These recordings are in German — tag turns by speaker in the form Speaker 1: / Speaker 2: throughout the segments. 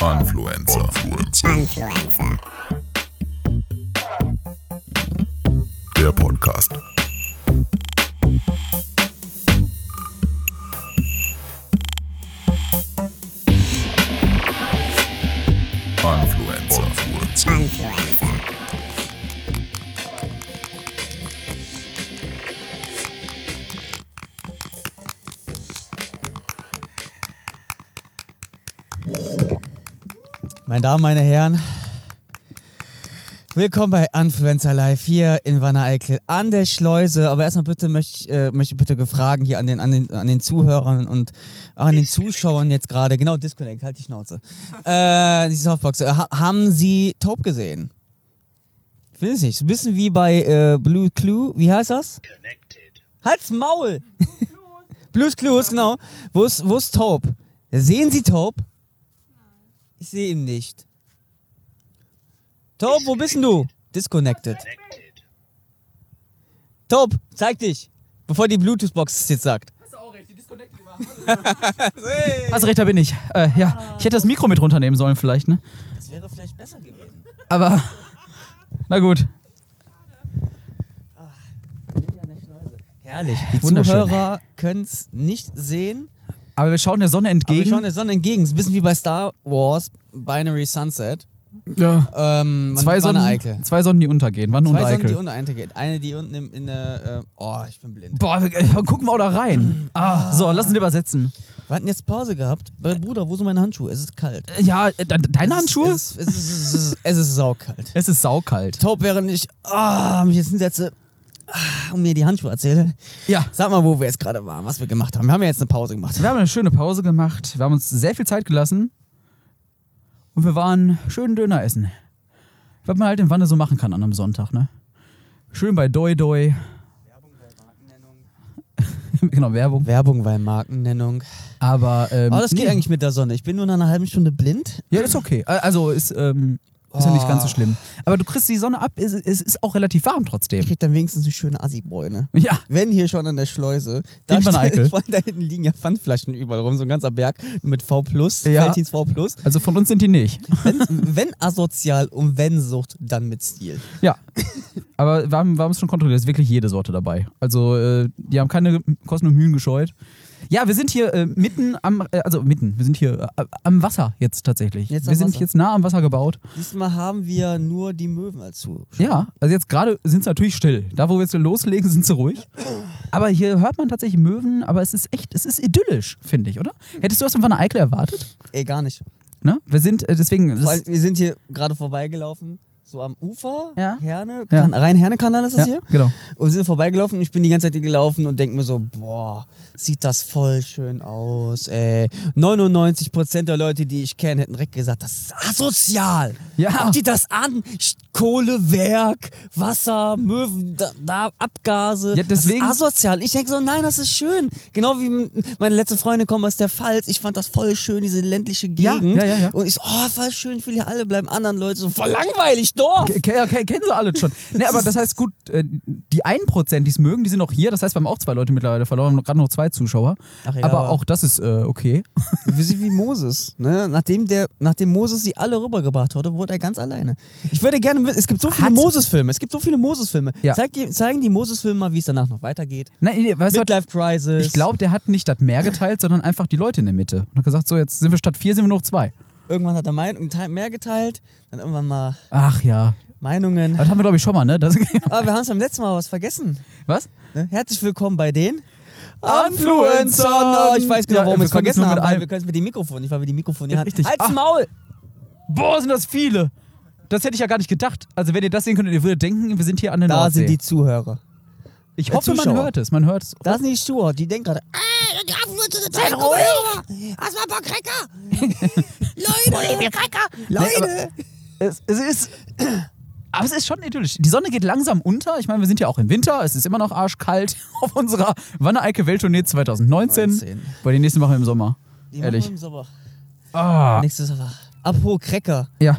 Speaker 1: Influencer.
Speaker 2: Influencer.
Speaker 1: Der Podcast. Influencer.
Speaker 2: Influencer.
Speaker 3: Meine Damen, meine Herren, willkommen bei Influencer Live hier in Wanne Eickel an der Schleuse. Aber erstmal bitte möchte ich, äh, möchte ich bitte gefragen hier an den, an den, an den Zuhörern und auch an den Zuschauern jetzt gerade. Genau, Disconnect, halt die Schnauze. Äh, die Softbox. Äh, ha haben Sie Taub gesehen? Ich will es nicht. Ist Ein bisschen wie bei äh, Blue Clue. Wie heißt das? Halt's Maul! Blues Clues, genau. Wo ist, wo ist Taub? Sehen Sie Taub? Ich sehe ihn nicht. Taub, wo bist denn du? Disconnected. Taub, zeig dich, bevor die Bluetooth-Box es jetzt sagt.
Speaker 4: Hast recht, da bin ich. Äh, ja, ich hätte das Mikro mit runternehmen sollen vielleicht, ne?
Speaker 3: Das wäre vielleicht besser gewesen.
Speaker 4: Aber na gut.
Speaker 3: Herrlich. Die
Speaker 4: Wunderschön.
Speaker 3: Zuhörer können es nicht sehen,
Speaker 4: Aber wir schauen der Sonne
Speaker 3: aber wir
Speaker 4: entgegen.
Speaker 3: schauen der Sonne entgegen. Es ist ein bisschen wie bei Star Wars Binary Sunset.
Speaker 4: ja.
Speaker 3: Ähm, man-
Speaker 4: Zwei
Speaker 3: war eine
Speaker 4: Sonnen,
Speaker 3: Eikel.
Speaker 4: zwei Sonnen, die untergehen. Wann und
Speaker 3: Zwei Sonnen, die
Speaker 4: Eikel.
Speaker 3: unten eingeht. Eine, die unten im- in der... Äh, oh, ich bin blind.
Speaker 4: Boah, wir, äh, gucken wir auch da rein. Ah, so, lass uns übersetzen.
Speaker 3: Wir hatten jetzt Pause gehabt. Äh, Bruder, wo sind meine Handschuhe? Es ist kalt.
Speaker 4: Äh, Ja, äh, de deine Handschuhe?
Speaker 3: Es, es, es, es, es, es ist saukalt.
Speaker 4: Es ist saukalt.
Speaker 3: Taub wäre nicht, ah, mich jetzt hinsetze ah, und mir die Handschuhe erzähle.
Speaker 4: Ja.
Speaker 3: Sag mal, wo wir jetzt gerade waren, was wir gemacht haben. Wir haben ja jetzt eine Pause gemacht.
Speaker 4: Wir haben eine schöne Pause gemacht. Wir haben uns sehr viel Zeit gelassen. Und wir waren schön Döner essen. Was man halt in Wanne so machen kann an einem Sonntag, ne? Schön bei Doi Doi. genau, Werbung.
Speaker 3: Werbung bei Markennennung.
Speaker 4: Aber. Ähm,
Speaker 3: Aber Oh, das geht
Speaker 4: nee.
Speaker 3: eigentlich mit der Sonne. Ich bin nur nach einer halben Stunde blind.
Speaker 4: Ja, ist okay. Al- Also ist, ähm, ist ja nicht ganz so
Speaker 3: Oh.
Speaker 4: schlimm. Aber du kriegst die Sonne ab, es ist, ist, ist auch relativ warm
Speaker 3: Ich
Speaker 4: trotzdem.
Speaker 3: krieg dann wenigstens eine schöne Assi-Bräune.
Speaker 4: Ja.
Speaker 3: Wenn hier schon an der Schleuse, da,
Speaker 4: In Bad Eickel.
Speaker 3: vor allem da hinten liegen ja Pfandflaschen überall rum, so ein ganzer Berg mit V+,
Speaker 4: Ja.
Speaker 3: Feltins V+.
Speaker 4: Also von uns sind die nicht.
Speaker 3: Wenn, wenn asozial und wenn Sucht, dann mit Stil.
Speaker 4: Ja. Aber wir haben, wir haben es schon kontrolliert, es ist wirklich jede Sorte dabei. Also äh, die haben keine Kosten und Mühen gescheut. Ja, wir sind hier äh, mitten am, äh, also mitten, wir sind hier äh, am Wasser jetzt tatsächlich.
Speaker 3: Jetzt
Speaker 4: wir
Speaker 3: am
Speaker 4: sind
Speaker 3: Wasser.
Speaker 4: jetzt nah am Wasser gebaut.
Speaker 3: Diesmal haben wir nur die Möwen als Zuschauer.
Speaker 4: Ja, also jetzt gerade sind sie natürlich still. Da, wo wir jetzt loslegen, sind sie ruhig. Aber hier hört man tatsächlich Möwen, aber es ist echt, es ist idyllisch, finde ich, oder? Hättest du das von einer Eikel erwartet?
Speaker 3: Ey, gar nicht.
Speaker 4: Ne? Wir sind äh, deswegen.
Speaker 3: Vor
Speaker 4: Das,
Speaker 3: allem, wir sind hier gerade vorbeigelaufen, so am Ufer,
Speaker 4: Ja.
Speaker 3: Herne,
Speaker 4: Ja.
Speaker 3: kan rein Herne-Kanal ist es
Speaker 4: ja,
Speaker 3: hier.
Speaker 4: genau.
Speaker 3: Und wir sind vorbeigelaufen und ich bin die ganze Zeit hier gelaufen und denke mir so, boah, sieht das voll schön aus, ey. 99% der Leute, die ich kenne, hätten direkt gesagt, das ist asozial.
Speaker 4: Ja.
Speaker 3: Guck dir das an. Sch- Kohlewerk, Wasser, Möwen, da, da Abgase.
Speaker 4: Ja, deswegen-
Speaker 3: Das ist asozial. Ich denke so, nein, das ist schön. Genau wie m- meine letzte Freundin kommt aus der Pfalz. Ich fand das voll schön, diese ländliche
Speaker 4: Ja,
Speaker 3: Gegend.
Speaker 4: ja, ja, ja.
Speaker 3: Und ich so, oh, voll schön, ich will hier alle bleiben. Anderen Leute so, voll langweilig, Dorf.
Speaker 4: Ke- ke- ke- kennen sie alle schon. Ne, aber das heißt, gut, äh, die 1%, die es mögen, die sind auch hier. Das heißt, wir haben auch zwei Leute mittlerweile verloren, gerade noch zwei Zuschauer.
Speaker 3: Ach ja,
Speaker 4: aber
Speaker 3: aber-
Speaker 4: auch das ist äh, okay.
Speaker 3: Wir sind wie Moses. Ne? Nachdem, der, nachdem Moses sie alle rübergebracht wurde, wurde er ganz alleine. Ich würde gerne wissen, es gibt so viele
Speaker 4: Hat-
Speaker 3: Moses-Filme. Es gibt so viele Moses-Filme.
Speaker 4: Ja.
Speaker 3: Zeig die, zeigen die Moses-Filme mal, wie es danach noch weitergeht.
Speaker 4: Nein, nee, weißt du, was?
Speaker 3: Midlife Crisis.
Speaker 4: ich glaube, der hat nicht das Meer geteilt, sondern einfach die Leute in der Mitte. Und hat gesagt, so, jetzt sind wir statt vier, sind wir noch zwei.
Speaker 3: Irgendwann hat er Meinung, Teil mehr geteilt. Dann irgendwann mal
Speaker 4: Ach ja.
Speaker 3: Meinungen.
Speaker 4: Das haben wir, glaube ich, schon mal, ne? Das,
Speaker 3: Aber wir haben es beim letzten Mal was vergessen.
Speaker 4: was?
Speaker 3: Ne? Herzlich willkommen bei den
Speaker 4: Influencern.
Speaker 3: Ich weiß genau,
Speaker 4: Ja,
Speaker 3: warum
Speaker 4: wir
Speaker 3: wir es
Speaker 4: können es
Speaker 3: vergessen
Speaker 4: nur
Speaker 3: haben.
Speaker 4: mit
Speaker 3: weil
Speaker 4: einem-
Speaker 3: Wir können es mit dem Mikrofon, nicht weil wir die Mikrofone
Speaker 4: Ja,
Speaker 3: hatten.
Speaker 4: richtig.
Speaker 3: Halt's
Speaker 4: Ah.
Speaker 3: Maul!
Speaker 4: Boah, sind das viele. Das hätte ich ja gar nicht gedacht. Also, wenn ihr das sehen könntet, ihr würdet denken, wir sind hier an der
Speaker 3: Da
Speaker 4: Nordsee.
Speaker 3: sind die Zuhörer.
Speaker 4: ich hoffe, man
Speaker 3: Zuschauer.
Speaker 4: hört es. Man hört es.
Speaker 3: Da sind die Zuhörer. Die denken gerade,
Speaker 2: Äh, Seid ruhig! Hast mal ein paar Cracker! Leute! Cracker!
Speaker 4: Leute! Es, es ist. Aber es ist schon idyllisch. Die Sonne geht langsam unter. Ich meine, wir sind ja auch im Winter. Es ist immer noch arschkalt auf unserer Wanne-Eicke-Welttournee 2019.
Speaker 3: 19.
Speaker 4: Bei den nächsten machen wir im Sommer.
Speaker 3: Die machen wir
Speaker 4: Ehrlich.
Speaker 3: im Sommer.
Speaker 4: Ah.
Speaker 3: Nächstes Mal. Apropos Cracker.
Speaker 4: Ja.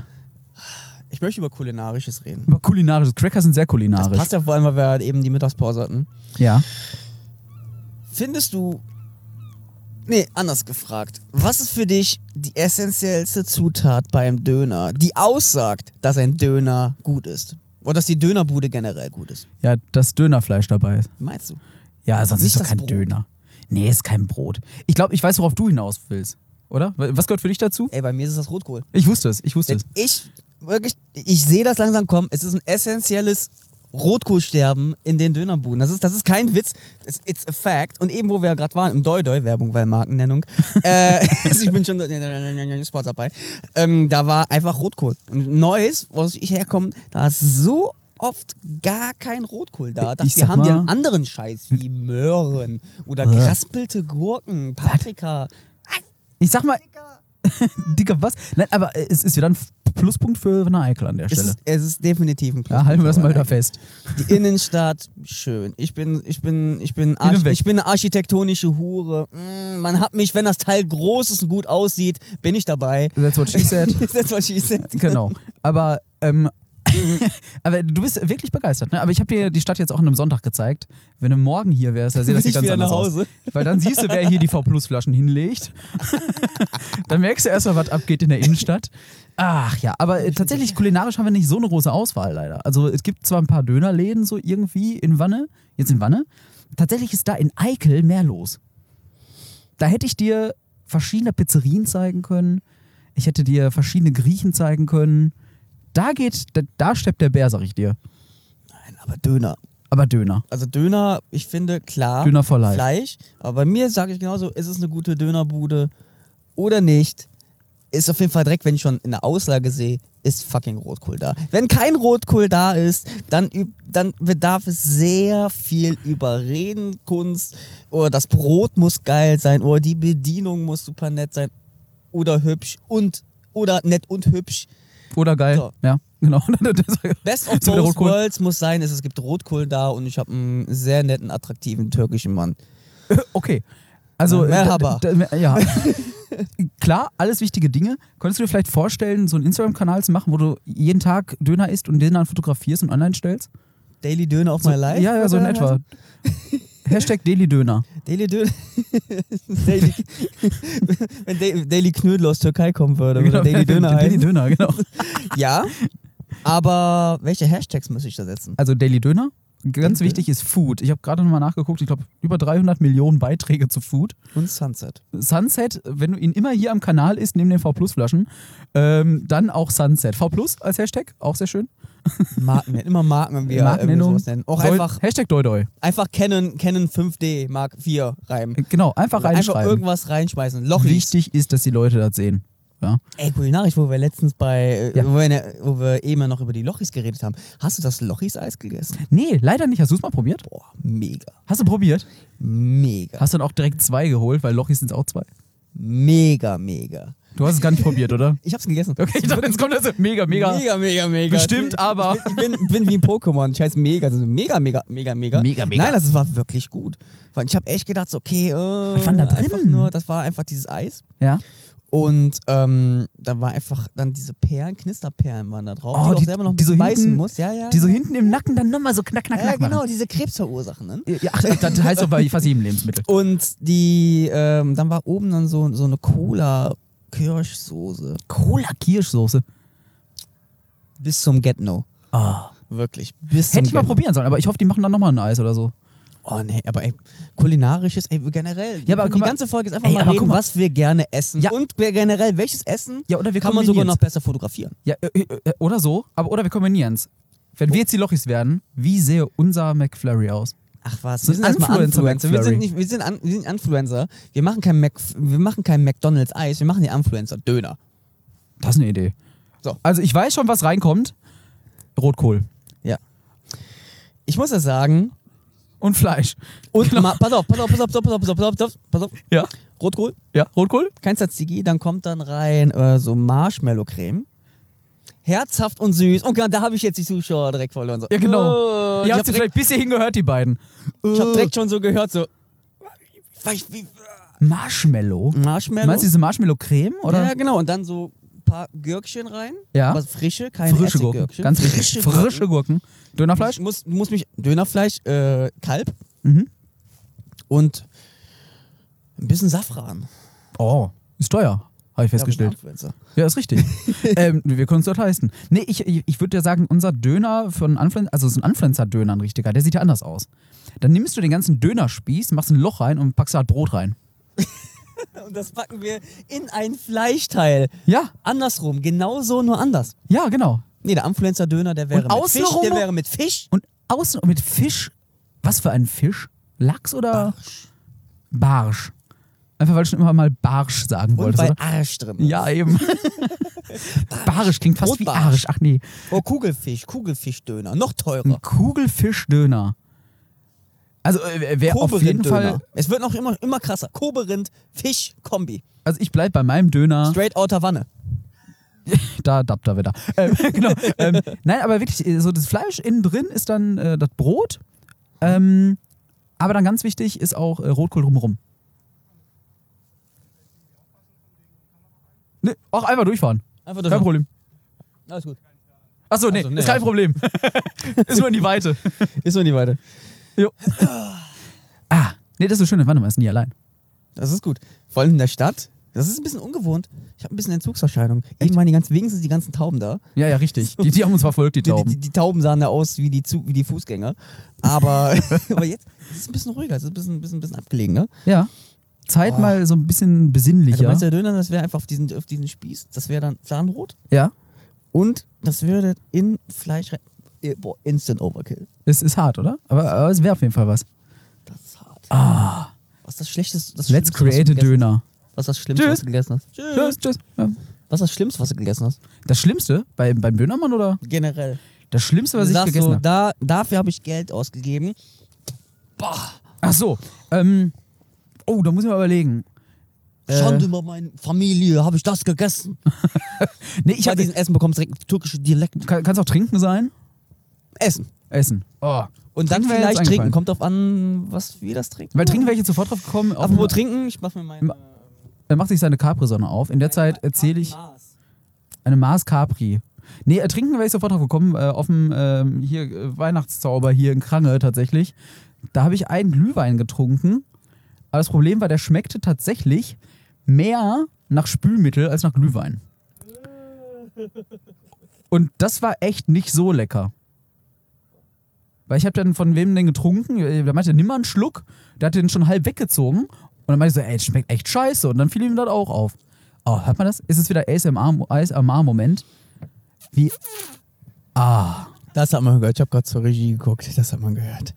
Speaker 3: Ich möchte über Kulinarisches reden.
Speaker 4: Aber kulinarisches. Crackers sind sehr kulinarisch.
Speaker 3: Das passt ja vor allem, weil halt wir eben die Mittagspause hatten.
Speaker 4: ja.
Speaker 3: Findest du, Nee, anders gefragt. Was ist für dich die essentiellste Zutat beim Döner, die aussagt, dass ein Döner gut ist? Oder dass die Dönerbude generell gut ist?
Speaker 4: Ja, das Dönerfleisch dabei ist.
Speaker 3: Meinst du?
Speaker 4: Ja, sonst
Speaker 3: Nicht
Speaker 4: ist doch
Speaker 3: das
Speaker 4: kein
Speaker 3: Brot.
Speaker 4: Döner. Nee, ist kein Brot. Ich glaube, ich weiß, worauf du hinaus willst, oder? Was gehört für dich dazu?
Speaker 3: Ey, bei mir ist es das Rotkohl.
Speaker 4: Ich wusste es, ich wusste
Speaker 3: Wenn
Speaker 4: es.
Speaker 3: ich wirklich, ich sehe das langsam kommen. Es ist ein essentielles Rotkohlsterben in den Dönerbuden. Das ist, das ist kein Witz. It's, it's a fact. Und eben, wo wir ja gerade waren, im Doi-Doi, Werbung, weil Markennennung. äh, ich bin schon Sport dabei. Ähm, da war einfach Rotkohl. Und Neues, wo ich herkomme, da ist so oft gar kein Rotkohl da.
Speaker 4: Ich
Speaker 3: wir
Speaker 4: sag
Speaker 3: haben
Speaker 4: mal- Ah.
Speaker 3: hier einen anderen Scheiß, wie Möhren oder geraspelte Gurken, Paprika.
Speaker 4: Ich sag mal, Dicker, was? Nein, aber äh, es ist wieder ein F- Pluspunkt für Werner Eickel an der
Speaker 3: Es
Speaker 4: Stelle.
Speaker 3: ist, es ist definitiv ein
Speaker 4: Ja, halten wir das mal da
Speaker 3: Pluspunkt.
Speaker 4: fest.
Speaker 3: Die Innenstadt, schön. Ich bin, ich bin, ich bin,
Speaker 4: und
Speaker 3: Arch
Speaker 4: weg.
Speaker 3: ich bin eine architektonische Hure. Mm, man hat mich, wenn das Teil groß ist und gut aussieht, bin ich dabei.
Speaker 4: That's what she said.
Speaker 3: That's what she said.
Speaker 4: genau. Aber, ähm, aber du bist wirklich begeistert, ne? Aber ich habe dir die Stadt jetzt auch an einem Sonntag gezeigt. Wenn du morgen hier wärst, dann sieht das
Speaker 3: Bin
Speaker 4: hier
Speaker 3: ich
Speaker 4: ganz
Speaker 3: wieder
Speaker 4: anders
Speaker 3: nach
Speaker 4: aus.
Speaker 3: Hause?
Speaker 4: Weil dann siehst du, wer hier die V-Plus-Flaschen hinlegt. dann merkst du erstmal, was abgeht in der Innenstadt. Ach ja, aber äh, tatsächlich kulinarisch haben wir nicht so eine große Auswahl leider. Also es gibt zwar ein paar Dönerläden so irgendwie in Wanne, jetzt in Wanne. Tatsächlich ist da in Eickel mehr los. Da hätte ich dir verschiedene Pizzerien zeigen können. Ich hätte dir verschiedene Griechen zeigen können. Da geht, da, da steppt der Bär, sag ich dir.
Speaker 3: Nein, aber Döner.
Speaker 4: Aber Döner.
Speaker 3: Also Döner, ich finde, klar,
Speaker 4: Döner for life.
Speaker 3: Fleisch. Aber bei mir sage ich genauso, ist es eine gute Dönerbude oder nicht? Ist auf jeden Fall Dreck, wenn ich schon in der Auslage sehe, ist fucking Rotkohl da. Wenn kein Rotkohl da ist, dann, üb- dann bedarf es sehr viel Überredenkunst. Oder das Brot muss geil sein. Oder die Bedienung muss super nett sein. Oder hübsch und oder nett und hübsch.
Speaker 4: Oder geil.
Speaker 3: So.
Speaker 4: Ja, genau.
Speaker 3: Best of
Speaker 4: Zu der
Speaker 3: both
Speaker 4: Rotkohl.
Speaker 3: worlds muss sein, es, es gibt Rotkohl da und ich habe einen sehr netten, attraktiven türkischen Mann.
Speaker 4: okay. Also, äh,
Speaker 3: Merhaba.
Speaker 4: d- d- ja. Klar, alles wichtige Dinge. Könntest du dir vielleicht vorstellen, so einen Instagram-Kanal zu machen, wo du jeden Tag Döner isst und den dann fotografierst und online stellst?
Speaker 3: Daily Döner auf my life?
Speaker 4: ja, ja, so in
Speaker 3: Oder
Speaker 4: etwa. Hashtag Daily Döner.
Speaker 3: Daily Döner. Daily, wenn Da- Daily Knödel aus Türkei kommen würde, würde Daily Döner
Speaker 4: Genau. Daily
Speaker 3: heißen.
Speaker 4: Döner, genau.
Speaker 3: Ja, aber welche Hashtags muss ich da setzen?
Speaker 4: Also Daily Döner. Ganz
Speaker 3: Daily
Speaker 4: wichtig ist Food. Ich habe gerade nochmal nachgeguckt. Ich glaube, über 300 Millionen Beiträge zu Food.
Speaker 3: Und Sunset.
Speaker 4: Sunset, wenn du ihn immer hier am Kanal isst, neben den V-Plus-Flaschen, ähm, dann auch Sunset. V-Plus als Hashtag, auch sehr schön.
Speaker 3: Marken, immer Marken, wenn wir irgendwie sowas nennen. Auch
Speaker 4: Doi-
Speaker 3: einfach,
Speaker 4: Hashtag Doidoi.
Speaker 3: einfach Canon, Canon 5D Mark 4 reimen.
Speaker 4: Genau, einfach
Speaker 3: Also Einfach
Speaker 4: reinschreiben.
Speaker 3: irgendwas reinschmeißen. Loch
Speaker 4: Wichtig ist, dass die Leute das sehen. Ja.
Speaker 3: Ey, kulinarisch, wo wir letztens bei, äh,
Speaker 4: Ja.
Speaker 3: wo, wir, ne- wo wir eben noch über die Lochis geredet haben. Hast du das Lochis-Eis gegessen?
Speaker 4: Nee, leider nicht. Hast du es mal probiert?
Speaker 3: Boah, mega.
Speaker 4: Hast du probiert?
Speaker 3: Mega.
Speaker 4: Hast du dann auch direkt zwei geholt, weil Lochis sind auch zwei.
Speaker 3: Mega, mega.
Speaker 4: Du hast es gar nicht probiert, oder?
Speaker 3: Ich hab's gegessen.
Speaker 4: Okay, ich dachte, jetzt kommt das mega, mega.
Speaker 3: Mega, mega, mega.
Speaker 4: Bestimmt, aber-
Speaker 3: Ich bin, ich bin, bin wie ein Pokémon. Scheiß mega. Also mega, mega, mega, mega.
Speaker 4: Mega, mega.
Speaker 3: Nein, das war wirklich gut. Weil ich habe echt gedacht, so, okay, äh, Was
Speaker 4: war denn da
Speaker 3: Einfach
Speaker 4: drin?
Speaker 3: nur, das war einfach dieses Eis.
Speaker 4: Ja.
Speaker 3: Und ähm, da war einfach dann diese Perlen, Knisterperlen waren da drauf.
Speaker 4: Oh,
Speaker 3: die, du auch
Speaker 4: die-
Speaker 3: selber noch ein
Speaker 4: die so
Speaker 3: bisschen beißen
Speaker 4: hinten-
Speaker 3: musst. Ja, ja.
Speaker 4: Die so hinten im Nacken dann nochmal so knack, knack,
Speaker 3: ja,
Speaker 4: knack.
Speaker 3: genau,
Speaker 4: machen.
Speaker 3: diese Krebsverursachen. Ne?
Speaker 4: Ja, Ach, das heißt doch bei fast jedem Lebensmittel.
Speaker 3: Und die, ähm, dann war oben dann so, so eine Cola-Kirschsoße.
Speaker 4: Cola-Kirschsoße.
Speaker 3: Bis zum Get-No.
Speaker 4: Ah.
Speaker 3: Wirklich. Bis zum
Speaker 4: Hätte ich mal
Speaker 3: Get-No.
Speaker 4: probieren sollen, aber ich hoffe, die machen dann nochmal ein Eis oder so.
Speaker 3: Oh nee, aber ey, kulinarisches, ey, generell.
Speaker 4: Ja, aber
Speaker 3: die
Speaker 4: guck mal-
Speaker 3: ganze Folge ist einfach
Speaker 4: Ey,
Speaker 3: mal
Speaker 4: aber
Speaker 3: reden,
Speaker 4: guck mal-
Speaker 3: was wir gerne essen.
Speaker 4: Ja.
Speaker 3: Und wer generell, welches Essen
Speaker 4: Ja, oder wir
Speaker 3: kann man genau- sogar noch
Speaker 4: kombinier's.
Speaker 3: besser fotografieren.
Speaker 4: Ja, äh, äh, oder so, aber oder wir kombinieren es. Wenn wir jetzt die Lochis werden, wie sähe unser McFlurry aus?
Speaker 3: Ach was,
Speaker 4: Wir sind Influencer,
Speaker 3: Wir sind,
Speaker 4: McFlurry.
Speaker 3: nicht, wir, sind an, wir sind Influencer. Wir machen kein, Mac, wir machen kein McDonalds Eis, wir machen die Influencer Döner.
Speaker 4: Das ist eine Idee.
Speaker 3: So.
Speaker 4: Also ich weiß schon, was reinkommt. Rotkohl
Speaker 3: Ich muss ja sagen,
Speaker 4: und Fleisch.
Speaker 3: und ma, pass auf, pass auf, pass auf, pass auf, pass auf, pass auf, pass auf, pass auf.
Speaker 4: Genau. Ja,
Speaker 3: Rotkohl,
Speaker 4: ja, Rotkohl.
Speaker 3: kein Tzatziki, dann kommt dann rein äh, so Marshmallow-Creme. Herzhaft und süß. Und genau, da habe ich jetzt die Zuschauer direkt verloren. So.
Speaker 4: Ja,
Speaker 3: Oh,
Speaker 4: genau. Ihr
Speaker 3: ich hab
Speaker 4: habt sie vielleicht bis hierhin gehört, die beiden.
Speaker 3: Ich
Speaker 4: Mm.
Speaker 3: habe direkt schon so gehört, so. Weiß wie.
Speaker 4: Marshmallow.
Speaker 3: Marshmallow.
Speaker 4: Meinst du diese Marshmallow-Creme? Oder?
Speaker 3: Ja, genau. Und dann so ein paar Gürkchen rein.
Speaker 4: Ja.
Speaker 3: Aber frische, keine
Speaker 4: Frische Gurken.
Speaker 3: Essiggürkchen.
Speaker 4: Ganz wichtig.
Speaker 3: Frische, Mhm.
Speaker 4: Frische Gurken. Dönerfleisch?
Speaker 3: Ich muss, muss
Speaker 4: Mhm.
Speaker 3: mich. Dönerfleisch, äh, Kalb. Und Ein bisschen Safran.
Speaker 4: Oh, ist teuer, habe
Speaker 3: genau.
Speaker 4: ich festgestellt. Ja, ist richtig. ähm, wir können es dort leisten. Nee, ich, ich, ich würde ja sagen, unser Döner von Anfluen also so ein Anfluencer-Döner, ein richtiger, der sieht ja anders aus. Dann nimmst du den ganzen Dönerspieß, machst ein Loch rein und packst da halt Brot rein.
Speaker 3: Und das packen wir in ein Fleischteil.
Speaker 4: Ja,
Speaker 3: Andersrum, genauso, nur anders.
Speaker 4: ja, genau.
Speaker 3: Nee, der Influencer-Döner, der wäre
Speaker 4: Und
Speaker 3: mit Fisch.
Speaker 4: außenrum-
Speaker 3: Der wäre mit Fisch.
Speaker 4: Und außen mit Fisch. Was für ein Fisch? Lachs oder? Barsch. Barsch. Einfach weil du schon immer mal Barsch sagen
Speaker 3: Und
Speaker 4: wolltest,
Speaker 3: bei
Speaker 4: oder?
Speaker 3: Arsch drin.
Speaker 4: Ja, eben. Barsch klingt fast wie
Speaker 3: Rotbarsch.
Speaker 4: Arsch. Ach nee.
Speaker 3: Oh, Kugelfisch, Kugelfischdöner. Noch teurer.
Speaker 4: Ein Kugelfischdöner. Also äh, wäre auf jeden Fall.
Speaker 3: Es wird noch immer, immer krasser. Koberind, Fisch, Kombi.
Speaker 4: Also ich bleib bei meinem Döner.
Speaker 3: Straight outer Wanne.
Speaker 4: da dappt er wieder. Ähm, genau. ähm, nein, aber wirklich, äh, so das Fleisch innen drin ist dann äh, das Brot. Ähm, aber dann ganz wichtig ist auch äh, Rotkohl drumherum. Ne, auch einfach durchfahren.
Speaker 3: Einfach
Speaker 4: Kein Problem.
Speaker 3: Alles gut.
Speaker 4: Achso, nee,
Speaker 3: Ach so, nee,
Speaker 4: ist kein
Speaker 3: also-
Speaker 4: Problem. ist nur in die Weite.
Speaker 3: Ist noch nicht weiter.
Speaker 4: Ah, nee, das ist so schön, warte mal, ist nie allein.
Speaker 3: Das ist gut. Vor allem in der Stadt. Das ist ein bisschen ungewohnt. Ich habe ein bisschen Entzugserscheinung. Ich meine, die ganzen, wenigstens die ganzen Tauben da.
Speaker 4: Ja, ja, richtig. Die, die haben uns verfolgt, die
Speaker 3: Die, die,
Speaker 4: Tauben.
Speaker 3: die, die Tauben sahen da aus wie die, Zu wie die Fußgänger. Aber, aber jetzt ist es ein bisschen ruhiger. Es ist ein bisschen, ein bisschen, ein bisschen abgelegener.
Speaker 4: Ja. Zeit
Speaker 3: Oh.
Speaker 4: mal so ein bisschen besinnlicher.
Speaker 3: Also meinst du, der Döner, das wäre einfach auf diesen, auf diesen Spieß. Das wäre dann Zahnrot.
Speaker 4: ja,
Speaker 3: Und das würde in Fleisch rein. Eh, Boah, Instant Overkill.
Speaker 4: es ist hart, oder? Aber, aber es wäre auf jeden Fall was.
Speaker 3: Das ist hart. Ah. Was ist das Schlechteste? Das
Speaker 4: Let's
Speaker 3: Schlimmste, was du
Speaker 4: create a
Speaker 3: gegessen
Speaker 4: Döner.
Speaker 3: hast? Was ist das Schlimmste, was
Speaker 4: Tschüss.
Speaker 3: du gegessen hast?
Speaker 4: Tschüss, tschüss. Ja.
Speaker 3: Was ist das Schlimmste, was du gegessen hast?
Speaker 4: Das Schlimmste bei, beim Dönermann oder?
Speaker 3: Generell.
Speaker 4: Das Schlimmste,
Speaker 3: Du
Speaker 4: was ich
Speaker 3: sagst
Speaker 4: gegessen
Speaker 3: so,
Speaker 4: habe.
Speaker 3: da, dafür habe ich Geld ausgegeben.
Speaker 4: Ach so. Ähm, oh, da muss ich mal überlegen. Äh.
Speaker 3: Schande über meine Familie, habe ich das gegessen.
Speaker 4: Nee, ich
Speaker 3: Bei
Speaker 4: habe
Speaker 3: diesem Essen bekommst du direkt türkische Dialekt.
Speaker 4: kann es auch trinken sein?
Speaker 3: Essen.
Speaker 4: Essen. Oh.
Speaker 3: Und dann
Speaker 4: Trinken wäre jetzt
Speaker 3: vielleicht trinken.
Speaker 4: eingefallen.
Speaker 3: Kommt drauf an, was wir das trinken. Oh.
Speaker 4: Weil trinken wäre ich jetzt sofort drauf gekommen. Auf
Speaker 3: Apropos trinken, ich mache mir meine.
Speaker 4: er macht sich seine Capri-Sonne auf. In der Zeit erzähle halt, ich eine Mars Capri. Nee, äh, trinken wäre ich sofort drauf gekommen. Äh, auf dem ähm, hier, äh, Weihnachtszauber hier in Krange tatsächlich. Da habe ich einen Glühwein getrunken. Aber das Problem war, der schmeckte tatsächlich mehr nach Spülmittel als nach Glühwein. Und das war echt nicht so lecker. Weil ich habe dann von wem denn getrunken? Äh, Der meinte, nimm mal einen Schluck. Der hat den schon halb weggezogen. Und dann meinte ich so, ey, das schmeckt echt scheiße. Und dann fiel ihm das auch auf. Oh, hört man das? Ist es wieder ASMR-Moment? Wie. Ah.
Speaker 3: Das hat man gehört. Ich habe gerade zur Regie geguckt. Das hat man gehört.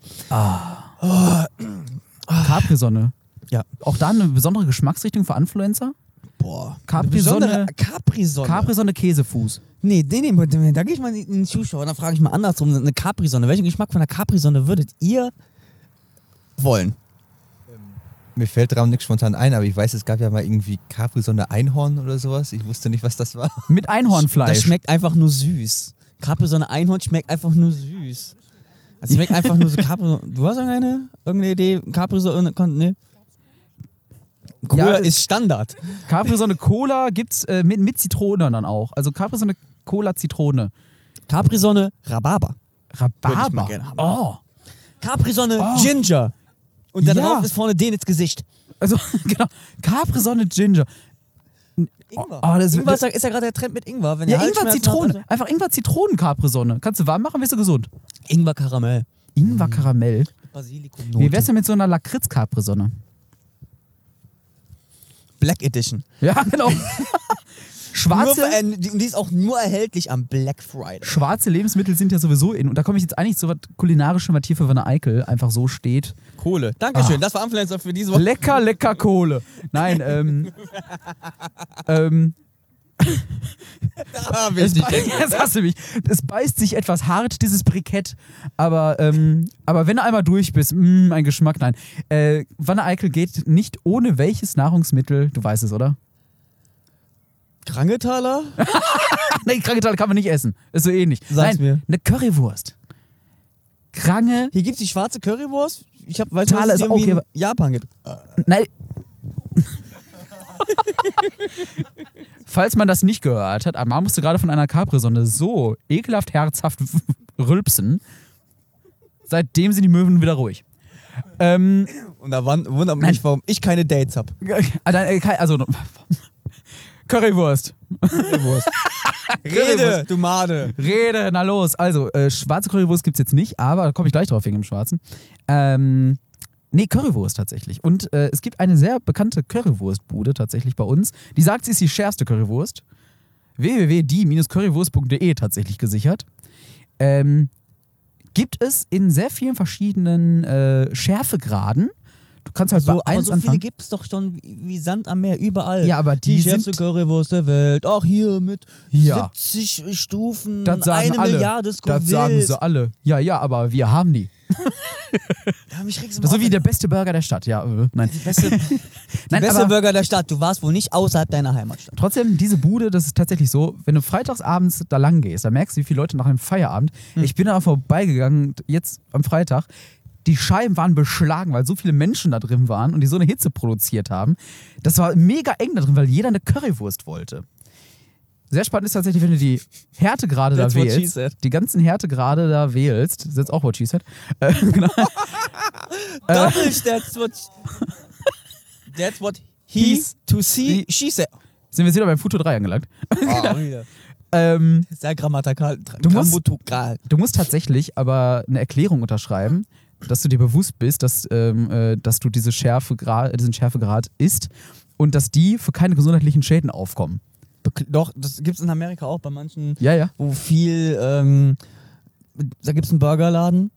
Speaker 4: Capri-Sonne.
Speaker 3: Ja.
Speaker 4: Auch da eine besondere Geschmacksrichtung für Influencer?
Speaker 3: Boah.
Speaker 4: Capri-Sonne.
Speaker 3: Capri-Sonne.
Speaker 4: Capri-Sonne Käsefuß.
Speaker 3: nee, den nehmen Da gehe ich mal in den Zuschauer. Dann frage ich mal andersrum. Eine Capri-Sonne. Welchen Geschmack von einer Capri-Sonne würdet ihr wollen?
Speaker 5: Mir fällt daran nichts spontan ein, aber ich weiß, es gab ja mal irgendwie Capri-Sonne Einhorn oder sowas. Ich wusste nicht, was das war.
Speaker 4: Mit Einhornfleisch.
Speaker 3: Das schmeckt einfach nur süß. Capri-Sonne Einhorn schmeckt einfach nur süß. Also schmeckt einfach nur so Capri. Du hast irgendeine, irgendeine Idee? Capri-Sonne? Nee. Cola
Speaker 4: Ja, das-
Speaker 3: ist Standard.
Speaker 4: Capri-Sonne Cola gibt's äh, mit, mit Zitrone dann auch. Also Capri-Sonne Cola Zitrone.
Speaker 3: Capri-Sonne, Rhabarber. Würde ich mal
Speaker 4: Rhabarber.
Speaker 3: gerne haben.
Speaker 4: Oh.
Speaker 3: Capri-Sonne,
Speaker 4: Oh.
Speaker 3: Ginger. Und
Speaker 4: Ja.
Speaker 3: dann drauf ist vorne den ins Gesicht.
Speaker 4: Also, genau. Capri-Sonne Ginger.
Speaker 3: Ingwer.
Speaker 4: Oh, das-
Speaker 3: Ingwer ist,
Speaker 4: das-
Speaker 3: ja- ist ja gerade der Trend mit Ingwer. Wenn
Speaker 4: Ja,
Speaker 3: ihr
Speaker 4: Ingwer
Speaker 3: Halsschmerzen also-
Speaker 4: Zitrone.
Speaker 3: habt,
Speaker 4: Einfach Ingwer Zitronen Capri-Sonne. Kannst du warm machen, wirst du gesund.
Speaker 3: also- Ingwer Karamell. Mhm.
Speaker 4: Ingwer Karamell.
Speaker 3: Basilikum.
Speaker 4: Wie wär's denn mit so einer Lakritz-Capri-Sonne?
Speaker 3: Black Edition.
Speaker 4: Ja, genau.
Speaker 3: Nur,
Speaker 4: schwarze,
Speaker 3: für ein- die, und die ist auch nur erhältlich am Black Friday.
Speaker 4: schwarze Lebensmittel sind ja sowieso in. Und da komme ich jetzt eigentlich zu was Kulinarischem, was hier für Wanne Eickel einfach so steht.
Speaker 3: Kohle. Dankeschön. Das war Influencer für diese Woche.
Speaker 4: Lecker, lecker Kohle. Nein, ähm. ähm
Speaker 3: Ah,
Speaker 4: es
Speaker 3: wichtig.
Speaker 4: bei- jetzt hast du mich. Es beißt sich etwas hart, dieses Brikett. Aber, ähm, aber wenn du einmal durch bist, mh, ein Geschmack, nein. Äh, Wanne Eickel geht nicht ohne welches Nahrungsmittel, du weißt es, oder?
Speaker 3: Krangetaler?
Speaker 4: Nein, kranke Teile Ah, kann man nicht essen. Ist so ähnlich.
Speaker 3: Sag's
Speaker 4: Nein,
Speaker 3: mir.
Speaker 4: Eine Currywurst. Krange.
Speaker 3: Hier gibt's die schwarze Currywurst. Ich hab, weiß
Speaker 4: Thaler
Speaker 3: was es
Speaker 4: ist
Speaker 3: irgendwie
Speaker 4: auch
Speaker 3: in
Speaker 4: hier-
Speaker 3: Japan gibt.
Speaker 4: Nein. Falls man das nicht gehört hat, Amar musste gerade von einer Capri-Sonne so ekelhaft herzhaft rülpsen. Seitdem sind die Möwen wieder ruhig. Ähm,
Speaker 3: Und da wund- wundert mich, warum ich keine Dates habe.
Speaker 4: also, äh, kein- also Currywurst.
Speaker 3: Rede, du Made.
Speaker 4: Rede, na los. Also, äh, schwarze Currywurst gibt's jetzt nicht, aber da komme ich gleich drauf wegen dem Schwarzen. Ähm, nee, Currywurst tatsächlich. Und äh, es gibt eine sehr bekannte Currywurstbude tatsächlich bei uns. Die sagt, sie ist die schärfste Currywurst. www.die-currywurst.de tatsächlich gesichert. Ähm, gibt es in sehr vielen verschiedenen äh, Schärfegraden. Du kannst halt
Speaker 3: So,
Speaker 4: bei
Speaker 3: Also, aber
Speaker 4: eins
Speaker 3: so viele
Speaker 4: anfangen.
Speaker 3: gibt es doch schon wie- wie Sand am Meer, überall.
Speaker 4: Ja, aber die
Speaker 3: schärfste
Speaker 4: sind-
Speaker 3: Currywurst der Welt. Auch hier mit
Speaker 4: Ja.
Speaker 3: 70 Stufen,
Speaker 4: Das sagen
Speaker 3: eine
Speaker 4: alle.
Speaker 3: Milliarde
Speaker 4: das sagen
Speaker 3: Scovilles.
Speaker 4: sie alle. Ja, ja, aber wir haben die.
Speaker 3: Ja, mich regt's immer
Speaker 4: So
Speaker 3: auf,
Speaker 4: wie der beste Burger der Stadt. Ja, äh, nein.
Speaker 3: die beste, die
Speaker 4: nein
Speaker 3: beste
Speaker 4: aber-
Speaker 3: Burger der Stadt. Du warst wohl nicht außerhalb deiner Heimatstadt.
Speaker 4: Trotzdem, diese Bude, das ist tatsächlich so, wenn du freitags abends da lang gehst, dann merkst du, wie viele Leute nach einem Feierabend.
Speaker 3: Hm.
Speaker 4: Ich bin da vorbeigegangen, jetzt am Freitag. Die Scheiben waren beschlagen, weil so viele Menschen da drin waren und die so eine Hitze produziert haben. Das war mega eng da drin, weil jeder eine Currywurst wollte. Sehr spannend ist tatsächlich, wenn du die Härte gerade da
Speaker 3: That's what she
Speaker 4: wählst.
Speaker 3: said.
Speaker 4: Die ganzen Härte gerade da wählst. Das ist jetzt auch what she said. Äh, genau.
Speaker 3: Double, that's what, that's what he
Speaker 4: He's-
Speaker 3: to see, she said.
Speaker 4: Sind wir jetzt wieder beim Futur 3 angelangt.
Speaker 3: Wow, wieder.
Speaker 4: Ähm,
Speaker 3: Sehr grammatikal.
Speaker 4: Ah, oh, Du musst-
Speaker 3: grammatikal.
Speaker 4: Du musst tatsächlich aber eine Erklärung unterschreiben, dass du dir bewusst bist, dass, ähm, äh, dass du diese Schärfe diesen Schärfegrad isst und dass die für keine gesundheitlichen Schäden aufkommen.
Speaker 3: Bek- Doch, das gibt es in Amerika auch bei manchen,
Speaker 4: Ja, ja.
Speaker 3: wo viel, ähm, da gibt es einen Burgerladen,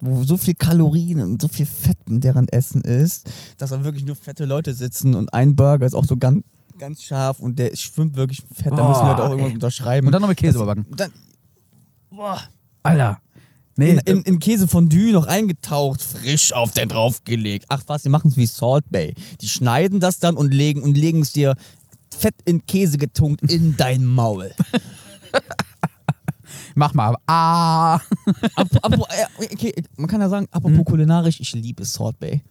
Speaker 3: wo so viel Kalorien und so viel Fett in deren Essen ist, dass da wirklich nur fette Leute sitzen und ein Burger ist auch so ganz, ganz scharf und der schwimmt wirklich fett, da
Speaker 4: Boah,
Speaker 3: müssen wir halt auch irgendwas
Speaker 4: Ah, ey.
Speaker 3: unterschreiben.
Speaker 4: Und dann noch mit Käse überbacken.
Speaker 3: Dann
Speaker 4: Alter. Nee, äh,
Speaker 3: in, in, in Käsefondue noch eingetaucht, frisch auf den draufgelegt. Ach was, die machen es wie Salt Bay. Die schneiden das dann und legen und legen es dir fett in Käse getunkt in dein Maul.
Speaker 4: mach mal. Ah.
Speaker 3: Apropos, äh, okay, man kann ja sagen, apropos
Speaker 4: Hm.
Speaker 3: kulinarisch, ich liebe Salt Bay.